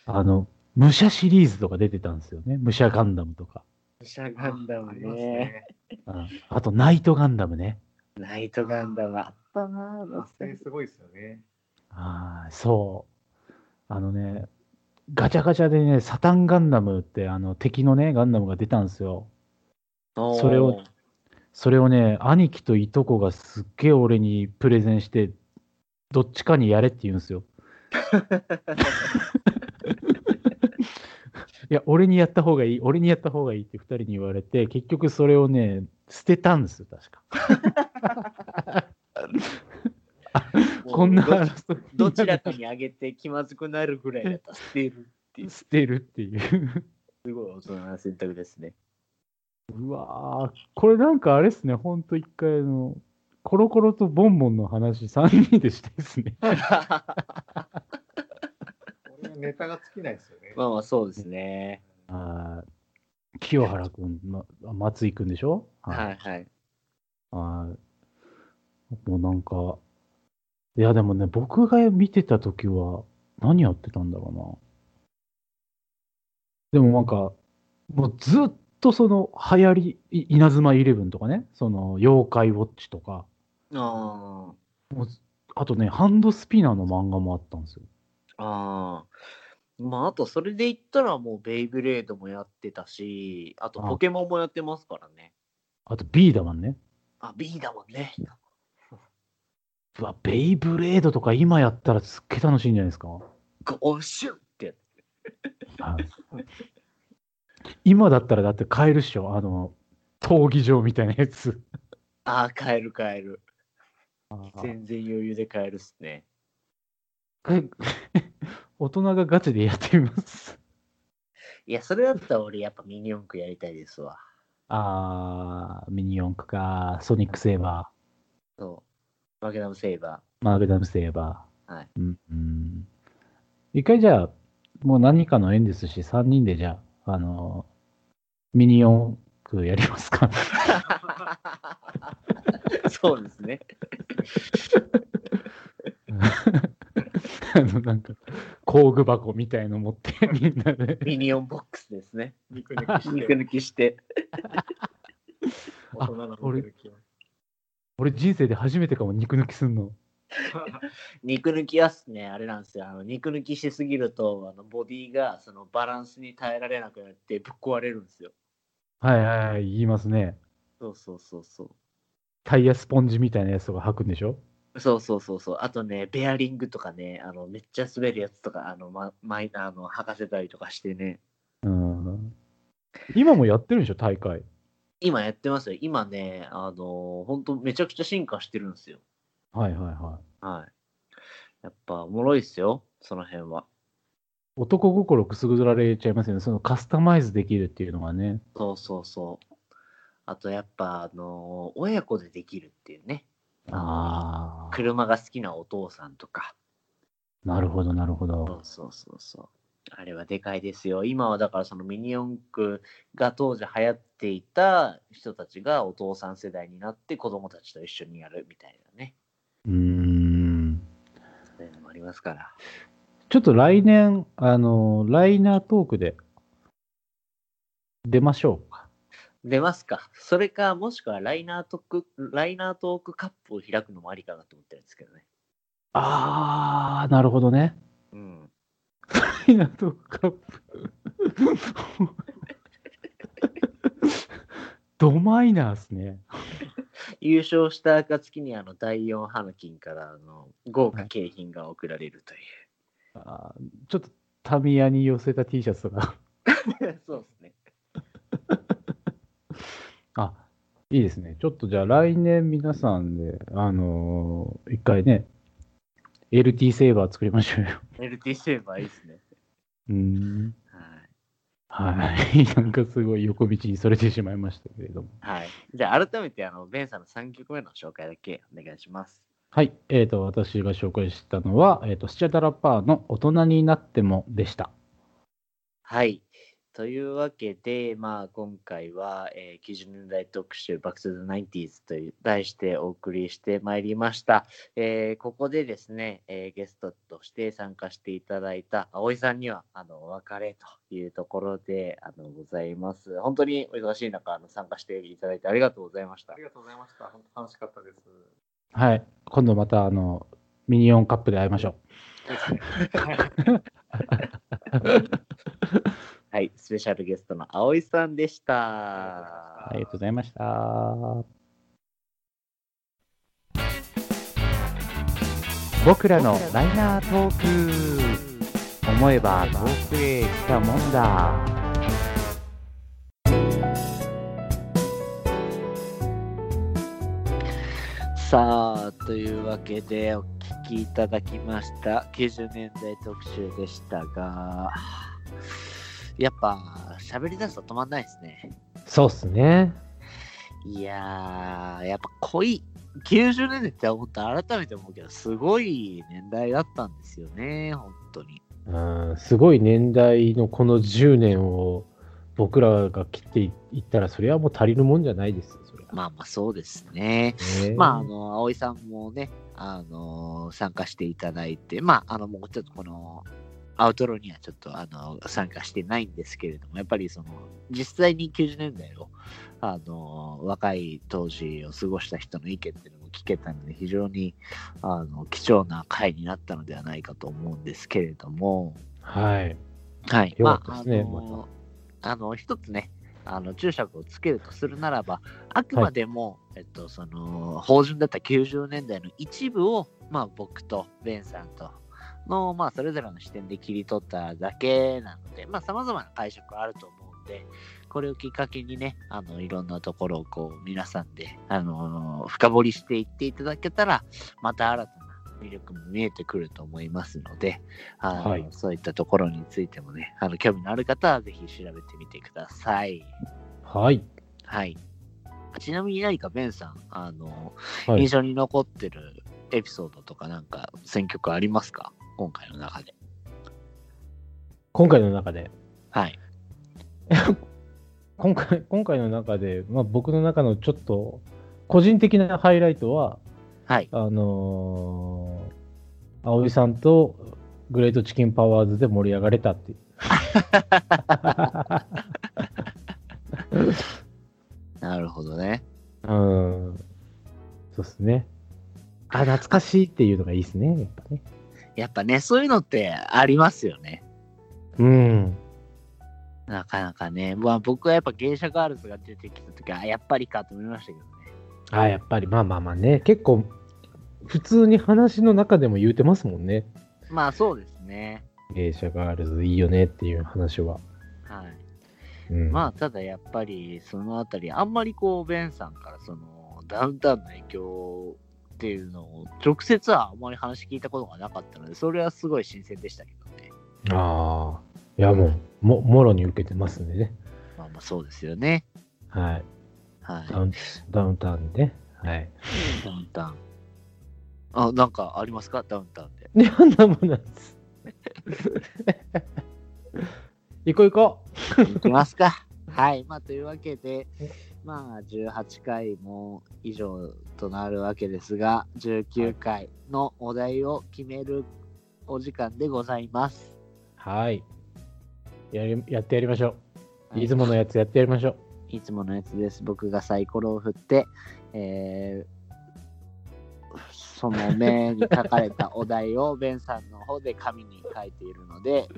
[SPEAKER 1] あの、武者シリーズとか出てたんですよね。武者ガンダムとか。
[SPEAKER 2] 武者ガンダム
[SPEAKER 3] あり
[SPEAKER 2] ね
[SPEAKER 3] ますね。
[SPEAKER 1] うんあと、ナイトガンダムね。
[SPEAKER 2] ナイトガンダムあったなぁ。
[SPEAKER 3] 発生すごいですよね。
[SPEAKER 1] ああ、そう。あのね、ガチャガチャでね、サタンガンダムって、あの、敵のね、ガンダムが出たんですよ。それをそれをね、兄貴といとこがすっげえ俺にプレゼンして、どっちかにやれって言うん ですよ。いや、俺にやった方がいい、俺にやった方がいいって二人に言われて、結局それをね、捨てたんですよ、確か。
[SPEAKER 2] もう
[SPEAKER 1] こんな
[SPEAKER 2] ど
[SPEAKER 1] 争いに
[SPEAKER 2] どちらかにあげて気まずくなるぐらいだったら捨て る。
[SPEAKER 1] 捨てるっていう。
[SPEAKER 2] すごい大人な選択ですね。
[SPEAKER 1] うわーこれなんかあれですね、ほんと一回あの、コロコロとボンボンの話3人でしてですね。
[SPEAKER 3] これはネタが尽きないですよね。
[SPEAKER 2] まあまあそうですね。
[SPEAKER 1] あー清原くん、ま、松井くんでしょ
[SPEAKER 2] はいはい。
[SPEAKER 1] あーもうなんか、いやでもね、僕が見てた時は何やってたんだろうな。でもなんか、もうずっとその流行り、い稲妻イレブンとかね、その妖怪ウォッチとか、
[SPEAKER 2] あ
[SPEAKER 1] あとね、ハンドスピナーの漫画もあったんですよ。
[SPEAKER 2] あ。ああ。まああとそれで言ったらもうベイブレードもやってたし、あとポケモンもやってますからね。
[SPEAKER 1] あとビーダマンね。
[SPEAKER 2] あ、B だもんね。
[SPEAKER 1] うわ、ベイブレードとか今やったらすっげえ楽しいんじゃないですか。
[SPEAKER 2] ゴーシュってやつ。
[SPEAKER 1] 今だったらだって買えるっしょ、あの、闘技場みたいなやつ。
[SPEAKER 2] ああ、買える買える。全然余裕で買えるっすね。
[SPEAKER 1] え大人がガチでやってみます。
[SPEAKER 2] いや、それだったら俺やっぱミニ四駆やりたいですわ。
[SPEAKER 1] あー、ミニ四駆か、ソニックセーバ
[SPEAKER 2] そう。マグナムセイバ
[SPEAKER 1] ー、マーベダムセーバー。
[SPEAKER 2] はい
[SPEAKER 1] うんうん一回じゃあ、もう何かの縁ですし、3人でじゃあ、あの、ミニ四駆やりますか。
[SPEAKER 2] ー。 そうですね。
[SPEAKER 1] あの、なんか、工具箱みたいの持って、みんなで。
[SPEAKER 2] ミニオンボックスですね。
[SPEAKER 3] 肉肉し
[SPEAKER 2] 肉
[SPEAKER 3] て、
[SPEAKER 2] 抜きして。
[SPEAKER 1] あ
[SPEAKER 3] 大人の見てる気分
[SPEAKER 1] 俺人生で初めてかも、肉抜きすんの。
[SPEAKER 2] 肉抜きはっすね、あれなんですよ。あの肉抜きしすぎると、あのボディがそのバランスに耐えられなくなってぶっ壊れるんですよ。
[SPEAKER 1] はいはいはい、言いますね。
[SPEAKER 2] そうそうそうそう。
[SPEAKER 1] タイヤスポンジみたいなやつとか履くんでしょ
[SPEAKER 2] そうそうそうそう。あとね、ベアリングとかね、あのめっちゃ滑るやつとか、あの、ま、マイあの、履かせたりとかしてね。
[SPEAKER 1] うん。今もやってるんでしょ大会。
[SPEAKER 2] 今やってますよ。今ね、あの、本当めちゃくちゃ進化してるんですよ。
[SPEAKER 1] はいはいはい。
[SPEAKER 2] はい。やっぱおもろいっすよ、その辺は。
[SPEAKER 1] 男心くすぐられちゃいますよね。そのカスタマイズできるっていうのがね。
[SPEAKER 2] そうそうそう。あとやっぱ、あのー親子でできるっていうね。
[SPEAKER 1] ああ。
[SPEAKER 2] 車が好きなお父さんとか。
[SPEAKER 1] なるほどなるほ
[SPEAKER 2] そう
[SPEAKER 1] ど。
[SPEAKER 2] そうそうそう。あれはでかいですよ。今はだからそのミニ四駆が当時流行っていた人たちがお父さん世代になって子供たちと一緒にやるみたいなね。
[SPEAKER 1] うーん。
[SPEAKER 2] そういうのもありますから。
[SPEAKER 1] ちょっと来年、あの、ライナートークで出ましょうか。
[SPEAKER 2] 出ますか。それか、もしくはライナートーク、ライナートークカップを開くのもありかなと思ってるんですけどね。
[SPEAKER 1] あー、なるほどね。
[SPEAKER 2] うん。
[SPEAKER 1] ダイナとカップ。ドマイナーっすね。
[SPEAKER 2] 優勝した暁に、あの、第4ハナキンから、あの、豪華景品が贈られるという。
[SPEAKER 1] あーちょっとタミヤに寄せた T シャツとか。
[SPEAKER 2] そうですね。
[SPEAKER 1] あ、いいですね。ちょっとじゃあ来年皆さんで、あのー一回ね、LT セーバー作りましょうよ。
[SPEAKER 2] LT セーバーいいですね。
[SPEAKER 1] うーん。
[SPEAKER 2] はい。
[SPEAKER 1] はい。なんかすごい横道にそれてしまいましたけれども。
[SPEAKER 2] はい。じゃあ、改めて、あの、ベンさんの3曲目の紹介だけお願いします。
[SPEAKER 1] はい。えっ、と、私が紹介したのは、えっ、と、スチャダラパーの大人になってもでした。
[SPEAKER 2] はい。というわけで、まあ、今回は、えー、90年代特集 Back to the 90s という題してお送りしてまいりました。えーここでですね、えーゲストとして参加していただいた葵さんにはあのお別れというところであのございます。本当にお忙しい中あの参加していただいてありがとうございました
[SPEAKER 3] あり。がとうございました。本当楽しかったです。
[SPEAKER 1] はい。今度また、あの、ミニオンカップで会いましょう。
[SPEAKER 2] はい、スペシャルゲストの葵さんでした。
[SPEAKER 1] ありがとうございました。僕らのライナートーク思えば遠くへ来たもんだ。
[SPEAKER 2] さあというわけでお聞きいただきました90年代特集でしたがやっぱ喋り出すと止まんないですね
[SPEAKER 1] そうっすね。
[SPEAKER 2] いやーやっぱ濃い90年代って思った改めて思うけどすごい年代だったんですよね本当に
[SPEAKER 1] うん、すごい年代のこの10年を僕らが切っていったら、それはもう足りるもんじゃないですよ。それは
[SPEAKER 2] まあまあそうですね
[SPEAKER 1] ね
[SPEAKER 2] まあ、あの、葵さんもね、あのー参加していただいて、まあ、あの、もうちょっとこの、アウトローにはちょっと、あの、参加してないんですけれども、やっぱりその、実際に90年代を、あのー若い当時を過ごした人の意見っていうのも聞けたので、非常に、あの、貴重な回になったのではないかと思うんですけれども、
[SPEAKER 1] はい。
[SPEAKER 2] はい。
[SPEAKER 1] よかったですね
[SPEAKER 2] まああのあの一つね、あの注釈をつけるとするならば、あくまでも、えっと、その、芳醇だった90年代の一部を、まあ、僕とベンさんとの、まあ、それぞれの視点で切り取っただけなので、まあ、様々な解釈があると思うんで、これをきっかけにね、あの、いろんなところをこう、皆さんで、あの深掘りしていっていただけたら、また新たな魅力も見えてくると思いますので、あの
[SPEAKER 1] はい
[SPEAKER 2] そういったところについてもね、あの、興味のある方はぜひ調べてみてください。
[SPEAKER 1] はい。
[SPEAKER 2] はい。ちなみに何かベンさん、あの、
[SPEAKER 1] はい
[SPEAKER 2] 印象に残ってるエピソードとかなんか選曲ありますか今回の中で。
[SPEAKER 1] 今回の中で、
[SPEAKER 2] はい。
[SPEAKER 1] 今回 今回の中で、まあ、僕の中のちょっと個人的なハイライトは、
[SPEAKER 2] はい。
[SPEAKER 1] あのー、葵さんとグレートチキンパワーズで盛り上がれたっていう。
[SPEAKER 2] なるほどね。
[SPEAKER 1] うん。そうっすね。あ、懐かしいっていうのがいいっすね、やっぱね。
[SPEAKER 2] やっぱね、そういうのってありますよね。
[SPEAKER 1] うん。
[SPEAKER 2] なかなかね。まあ僕はやっぱ芸者ガールズが出てきた時は、あやっぱりかと思いましたけどね。
[SPEAKER 1] あ、やっぱり、まあまあまあね、結構、普通に話の中でも言うてますもんね。
[SPEAKER 2] まあそうですね。
[SPEAKER 1] 芸者ガールズいいよねっていう話は。
[SPEAKER 2] はい。
[SPEAKER 1] うん、
[SPEAKER 2] まあただやっぱりそのあたりあんまりこうベンさんからそのダウンタウンの影響っていうのを直接はあんまり話聞いたことがなかったのでそれはすごい新鮮でしたけどね
[SPEAKER 1] ああ、いやもう、も、もろに受けてますんでね。
[SPEAKER 2] まあまあそうですよね
[SPEAKER 1] はい。
[SPEAKER 2] はい
[SPEAKER 1] ダウン、ダウンタウンで。 はい。
[SPEAKER 2] ダウンタウンあなんかありますかダウンタウンで
[SPEAKER 1] いや、なんもないです。 行こう行こ
[SPEAKER 2] いきます か。はい。まあ、というわけで、まあ、18回も以上となるわけですが、19回のお題を決めるお時間でございます。
[SPEAKER 1] う。はい。やり、やってやりましょう。出雲のやつやってやりましょう。
[SPEAKER 2] いつものやつです。僕がサイコロを振って、えーその目に書かれたお題をベンさんの方で紙に書いているの で、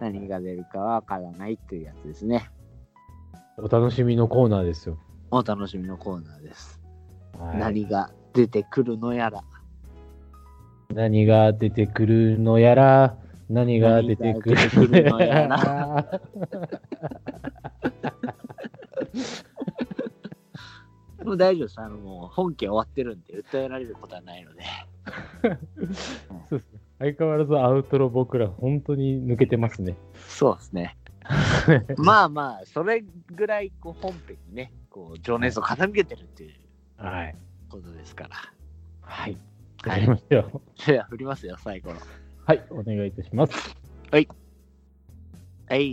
[SPEAKER 2] 何が出るかわからないっていうやつですね。
[SPEAKER 1] お楽しみのコーナーですよ。
[SPEAKER 2] お楽しみのコーナーです。
[SPEAKER 1] はい
[SPEAKER 2] 何が出てくるのやら。
[SPEAKER 1] 何が出てくるのやら、何が出てくるのや
[SPEAKER 2] 何
[SPEAKER 1] ら。
[SPEAKER 2] もう大丈夫 です。あの、もう本家終わってるんで、訴えられることはないので。
[SPEAKER 1] そうですね相変わらずアウトロ僕ら本当に抜けてますね。
[SPEAKER 2] そうですね。 まあまあ、それぐらいこう本編にね、こう情熱を傾けてるっていう
[SPEAKER 1] はい。
[SPEAKER 2] ことですから。
[SPEAKER 1] はい。わ
[SPEAKER 2] は
[SPEAKER 1] か
[SPEAKER 2] い
[SPEAKER 1] りましたよ。
[SPEAKER 2] では振りますよ、最後の。
[SPEAKER 1] はい、お願いいたします。
[SPEAKER 2] はい、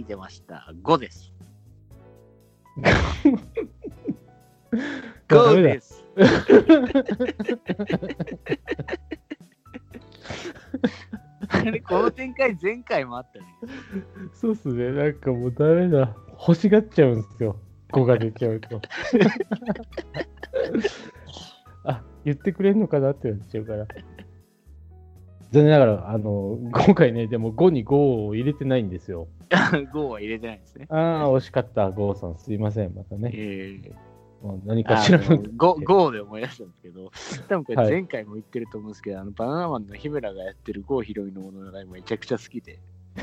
[SPEAKER 2] 出ました。5です。
[SPEAKER 1] ダ
[SPEAKER 2] 5
[SPEAKER 1] メだ
[SPEAKER 2] です。 あれ、この展開前回もあったね。
[SPEAKER 1] そうっすね、なんかもうダメだ。欲しがっちゃうんですよ。5が出ちゃうと。 あ、言ってくれんのかなってなっちゃうから。残念ながら、あの、今回ね、でも5に5を入れてないんですよ。
[SPEAKER 2] 5は入れてないんですね。
[SPEAKER 1] ああ、惜しかった、ゴーさん。すいません、またね。
[SPEAKER 2] ええ
[SPEAKER 1] もう何か
[SPEAKER 2] あ
[SPEAKER 1] しらの。
[SPEAKER 2] のゴゴーで思い出したんですけど、多分これ
[SPEAKER 1] はい
[SPEAKER 2] 前回も言ってると思うんですけど、あのバナナマンの日村がやってるゴーヒロイのものがめちゃくちゃ好きで。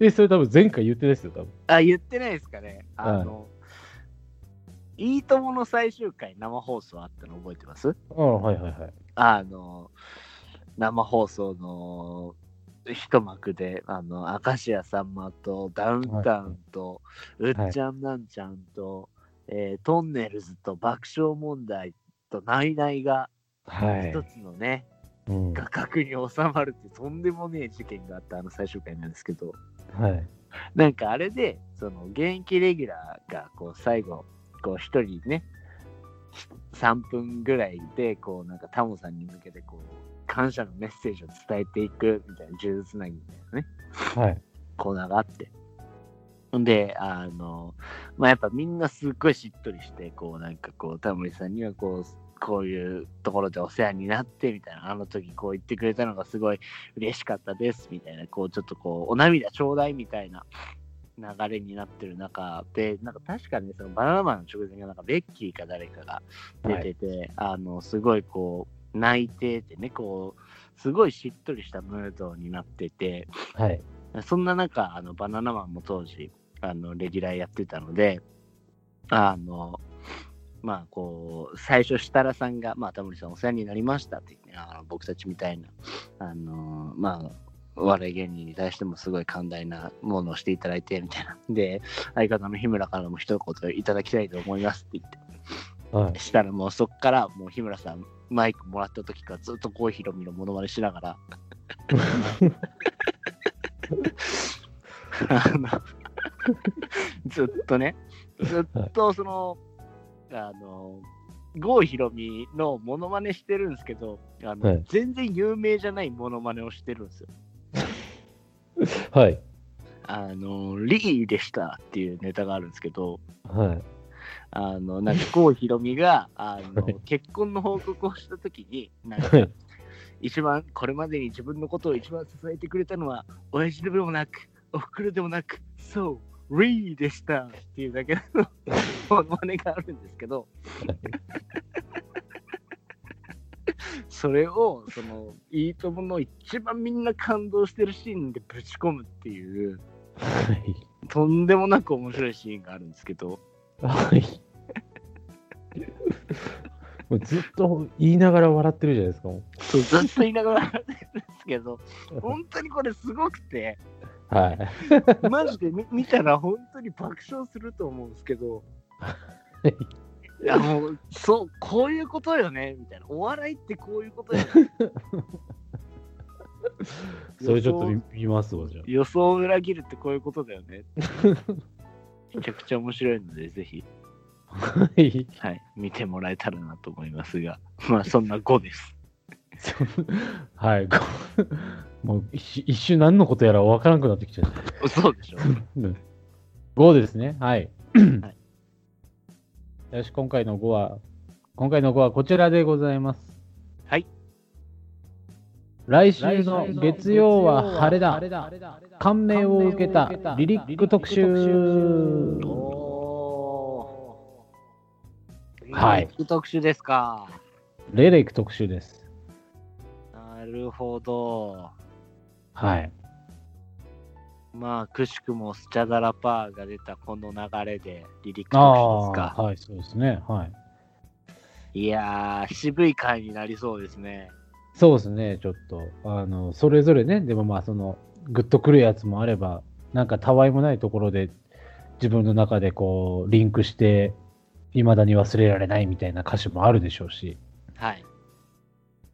[SPEAKER 1] え、それ多分前回言ってですよ、多分。
[SPEAKER 2] あ、言ってないですかね。あの、いいともの最終回生放送あったの覚えてます
[SPEAKER 1] ああ、はいはいはい。
[SPEAKER 2] あの、生放送の一幕で、あの、明石家さんまとダウンタウンと、
[SPEAKER 1] はいう
[SPEAKER 2] っちゃんなんちゃんと、えートンネルズと爆笑問題とナイナイが
[SPEAKER 1] はい
[SPEAKER 2] 一。つのね、
[SPEAKER 1] うん、
[SPEAKER 2] 画角に収まるってとんでもねえ事件があったあの最終回なんですけど、
[SPEAKER 1] はい。
[SPEAKER 2] なんかあれで、その現役レギュラーがこう最後、こう一人ね、3分ぐらいで、こうなんかタモさんに向けてこう、感謝のメッセージを伝えていくみたいな、呪術つなぎみたいなね、
[SPEAKER 1] はい。
[SPEAKER 2] コーナーがあって。んで、あの、まあ、やっぱみんなすっごいしっとりして、こうなんかこう、タモリさんにはこう、こういうところでお世話になってみたいな、あの時こう言ってくれたのがすごい嬉しかったですみたいな、こうちょっとこう、お涙ちょうだいみたいな流れになってる中で、なんか確かね、そのバナナマンの直前がなんかベッキーか誰かが出てて、あの、すごいこう、泣いててね、こう、すごいしっとりしたムードになってて、
[SPEAKER 1] はい。
[SPEAKER 2] そんな中、あのバナナマンも当時、あのレギュラーやってたので、あの、まあこう、最初、設楽さんが、まあ、タモリさんお世話になりましたって言って、あの僕たちみたいな、あの、まあ、お笑い芸人に対してもすごい寛大なものをしていただいて、みたいな。で、相方の日村からも一言いただきたいと思いますって言って。
[SPEAKER 1] はい。
[SPEAKER 2] したらもうそっからもう日村さんマイクもらった時からずっと郷ひろみのモノマネしながらあのずっとねずっとそのあの郷ひろみのモノマネしてるんですけどあの、
[SPEAKER 1] はい
[SPEAKER 2] 全然有名じゃないモノマネをしてるんですよ
[SPEAKER 1] はい。
[SPEAKER 2] あのリーでしたっていうネタがあるんですけど、
[SPEAKER 1] はい。
[SPEAKER 2] あの、なんか、郷ひろみが、あの
[SPEAKER 1] はい、
[SPEAKER 2] 結婚の報告をしたときに、なん
[SPEAKER 1] は
[SPEAKER 2] か
[SPEAKER 1] い、
[SPEAKER 2] 一番、これまでに自分のことを一番支えてくれたのは、親父でもなく、おふくろでもなく、そう、リーでしたっていうだけのモノマネがあるんですけど、それを、その、いいともの一番みんな感動してるシーンでぶち込むっていう、
[SPEAKER 1] はい。
[SPEAKER 2] とんでもなく面白いシーンがあるんですけど、
[SPEAKER 1] はい。 もうずっと言いながら笑ってるじゃないですか。も
[SPEAKER 2] そうずっと言いながら笑ってるんですけど、本当にこれすごくて、
[SPEAKER 1] うはい。
[SPEAKER 2] マジで見見たら本当に爆笑すると思うんですけど、 いやもう、そう、こういうことよね、みたいな。お笑いってこういうこと よね。
[SPEAKER 1] それちょっと見見ますわ、じゃ
[SPEAKER 2] 予想を裏切るってこういうことだよね。 めちゃくちゃ面白いので、ぜひ、
[SPEAKER 1] あ。はい。
[SPEAKER 2] はい、見てもらえたらなと思いますが、まあ、そんな5です。
[SPEAKER 1] はい。こうもう一瞬一瞬何のことやら分からなくなってきちゃった。
[SPEAKER 2] そうでしょ。
[SPEAKER 1] 5ですね。はい。よし、今回の5は、今回の5はこちらでございます。
[SPEAKER 2] はい。
[SPEAKER 1] 来週の月曜は晴れだ。感銘を受けたリリック特集。
[SPEAKER 2] おー
[SPEAKER 1] はい。
[SPEAKER 2] 特集ですか。
[SPEAKER 1] レレイク特集です。
[SPEAKER 2] なるほど。
[SPEAKER 1] はい。
[SPEAKER 2] まあ、くしくもスチャダラパーが出たこの流れでリリック
[SPEAKER 1] あ
[SPEAKER 2] 特集
[SPEAKER 1] あ
[SPEAKER 2] です
[SPEAKER 1] ー、。
[SPEAKER 2] か
[SPEAKER 1] はい、そうですね。はい。
[SPEAKER 2] いやー、渋い回になりそうですね。
[SPEAKER 1] そうですね、ちょっと。あの、それぞれね、でもまあ、その、グッとくるやつもあれば、なんかたわいもないところで、自分の中でこう、リンクして、いまだに忘れられないみたいな歌詞もあるでしょうし、
[SPEAKER 2] はい。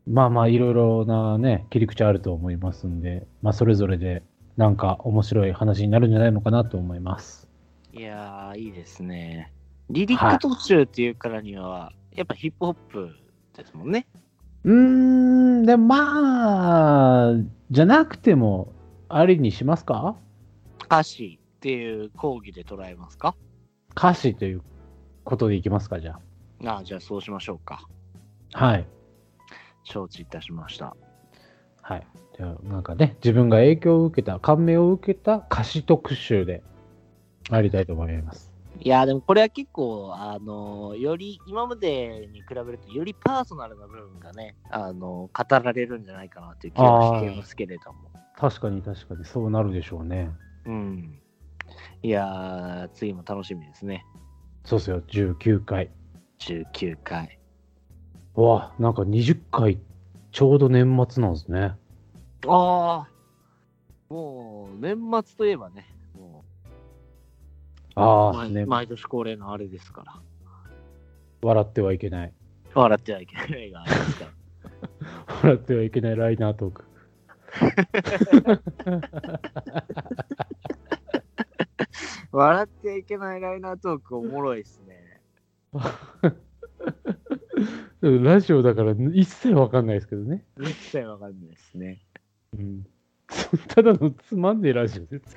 [SPEAKER 1] まあまあ、いろいろなね、切り口あると思いますんで、まあ、それぞれで、なんか面白い話になるんじゃないのかなと思います。
[SPEAKER 2] いやー、いいですね。リリック特集っていうからには、やっぱヒップホップですもんね。
[SPEAKER 1] うーん、で、まあ、じゃなくても、ありにしますか
[SPEAKER 2] 歌詞っていう講義で捉えますか
[SPEAKER 1] 歌詞ということでいきますか、じゃ
[SPEAKER 2] ああ、じゃあそうしましょうか。
[SPEAKER 1] あ。はい。
[SPEAKER 2] 承知いたしました。
[SPEAKER 1] はい。じゃあ、なんかね、自分が影響を受けた、感銘を受けた歌詞特集で、ありたいと思います。
[SPEAKER 2] いやーでもこれは結構あのーより今までに比べるとよりパーソナルな部分がねあのー語られるんじゃないかなという気がしていますけれども
[SPEAKER 1] 確かに確かに、そうなるでしょうね。
[SPEAKER 2] うんいやー次も楽しみですね
[SPEAKER 1] そうっすよ、19回。
[SPEAKER 2] 19回
[SPEAKER 1] うわあ、なんか20回、ちょうど年末なんですね。
[SPEAKER 2] ああもう年末といえばねもう
[SPEAKER 1] ああ、
[SPEAKER 2] 毎,、
[SPEAKER 1] ね、
[SPEAKER 2] 毎年恒例のあれですから
[SPEAKER 1] 笑ってはいけない。
[SPEAKER 2] 笑ってはいけないがありますから
[SPEAKER 1] 笑ってはいけないライナートーク。
[SPEAKER 2] 笑ってはいけないライナートークおもろいですね
[SPEAKER 1] でもラジオだから一切わかんないですけどね。
[SPEAKER 2] 一切わかんないですね
[SPEAKER 1] うん、 ただのつまんねえラジオです。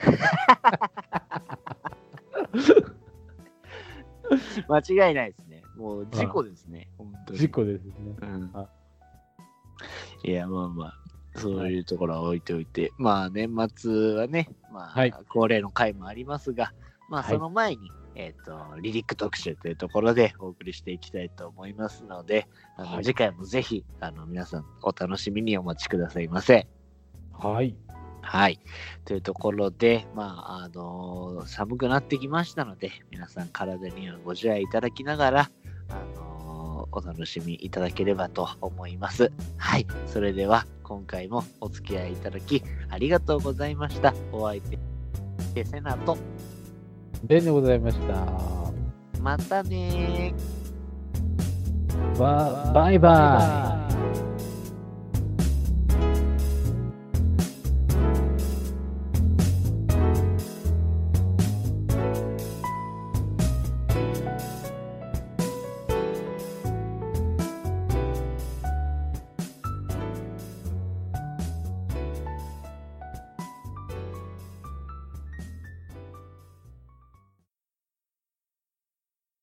[SPEAKER 2] 間違いないですね。もう事故ですね。本当に
[SPEAKER 1] 事。故ですね。
[SPEAKER 2] うん
[SPEAKER 1] あ。
[SPEAKER 2] いや、まあまあ、そういうところは置いておいて、まあ年末はね、まあ、
[SPEAKER 1] はい
[SPEAKER 2] 恒例の回もありますが、まあ
[SPEAKER 1] はい
[SPEAKER 2] その前に、えっ、と、リリック特集というところでお送りしていきたいと思いますので、あの
[SPEAKER 1] はい
[SPEAKER 2] 次回もぜひ、あの、皆さんお楽しみにお待ちくださいませ。
[SPEAKER 1] はい。
[SPEAKER 2] はい。というところで、まあ、あのー寒くなってきましたので、皆さん体にはご自愛いただきながら、あのーお楽しみいただければと思います。はい。それでは、今回もお付き合いいただき、ありがとうございました。お相手、セナと、
[SPEAKER 1] ででございました。
[SPEAKER 2] またねー。
[SPEAKER 1] ババイバイ。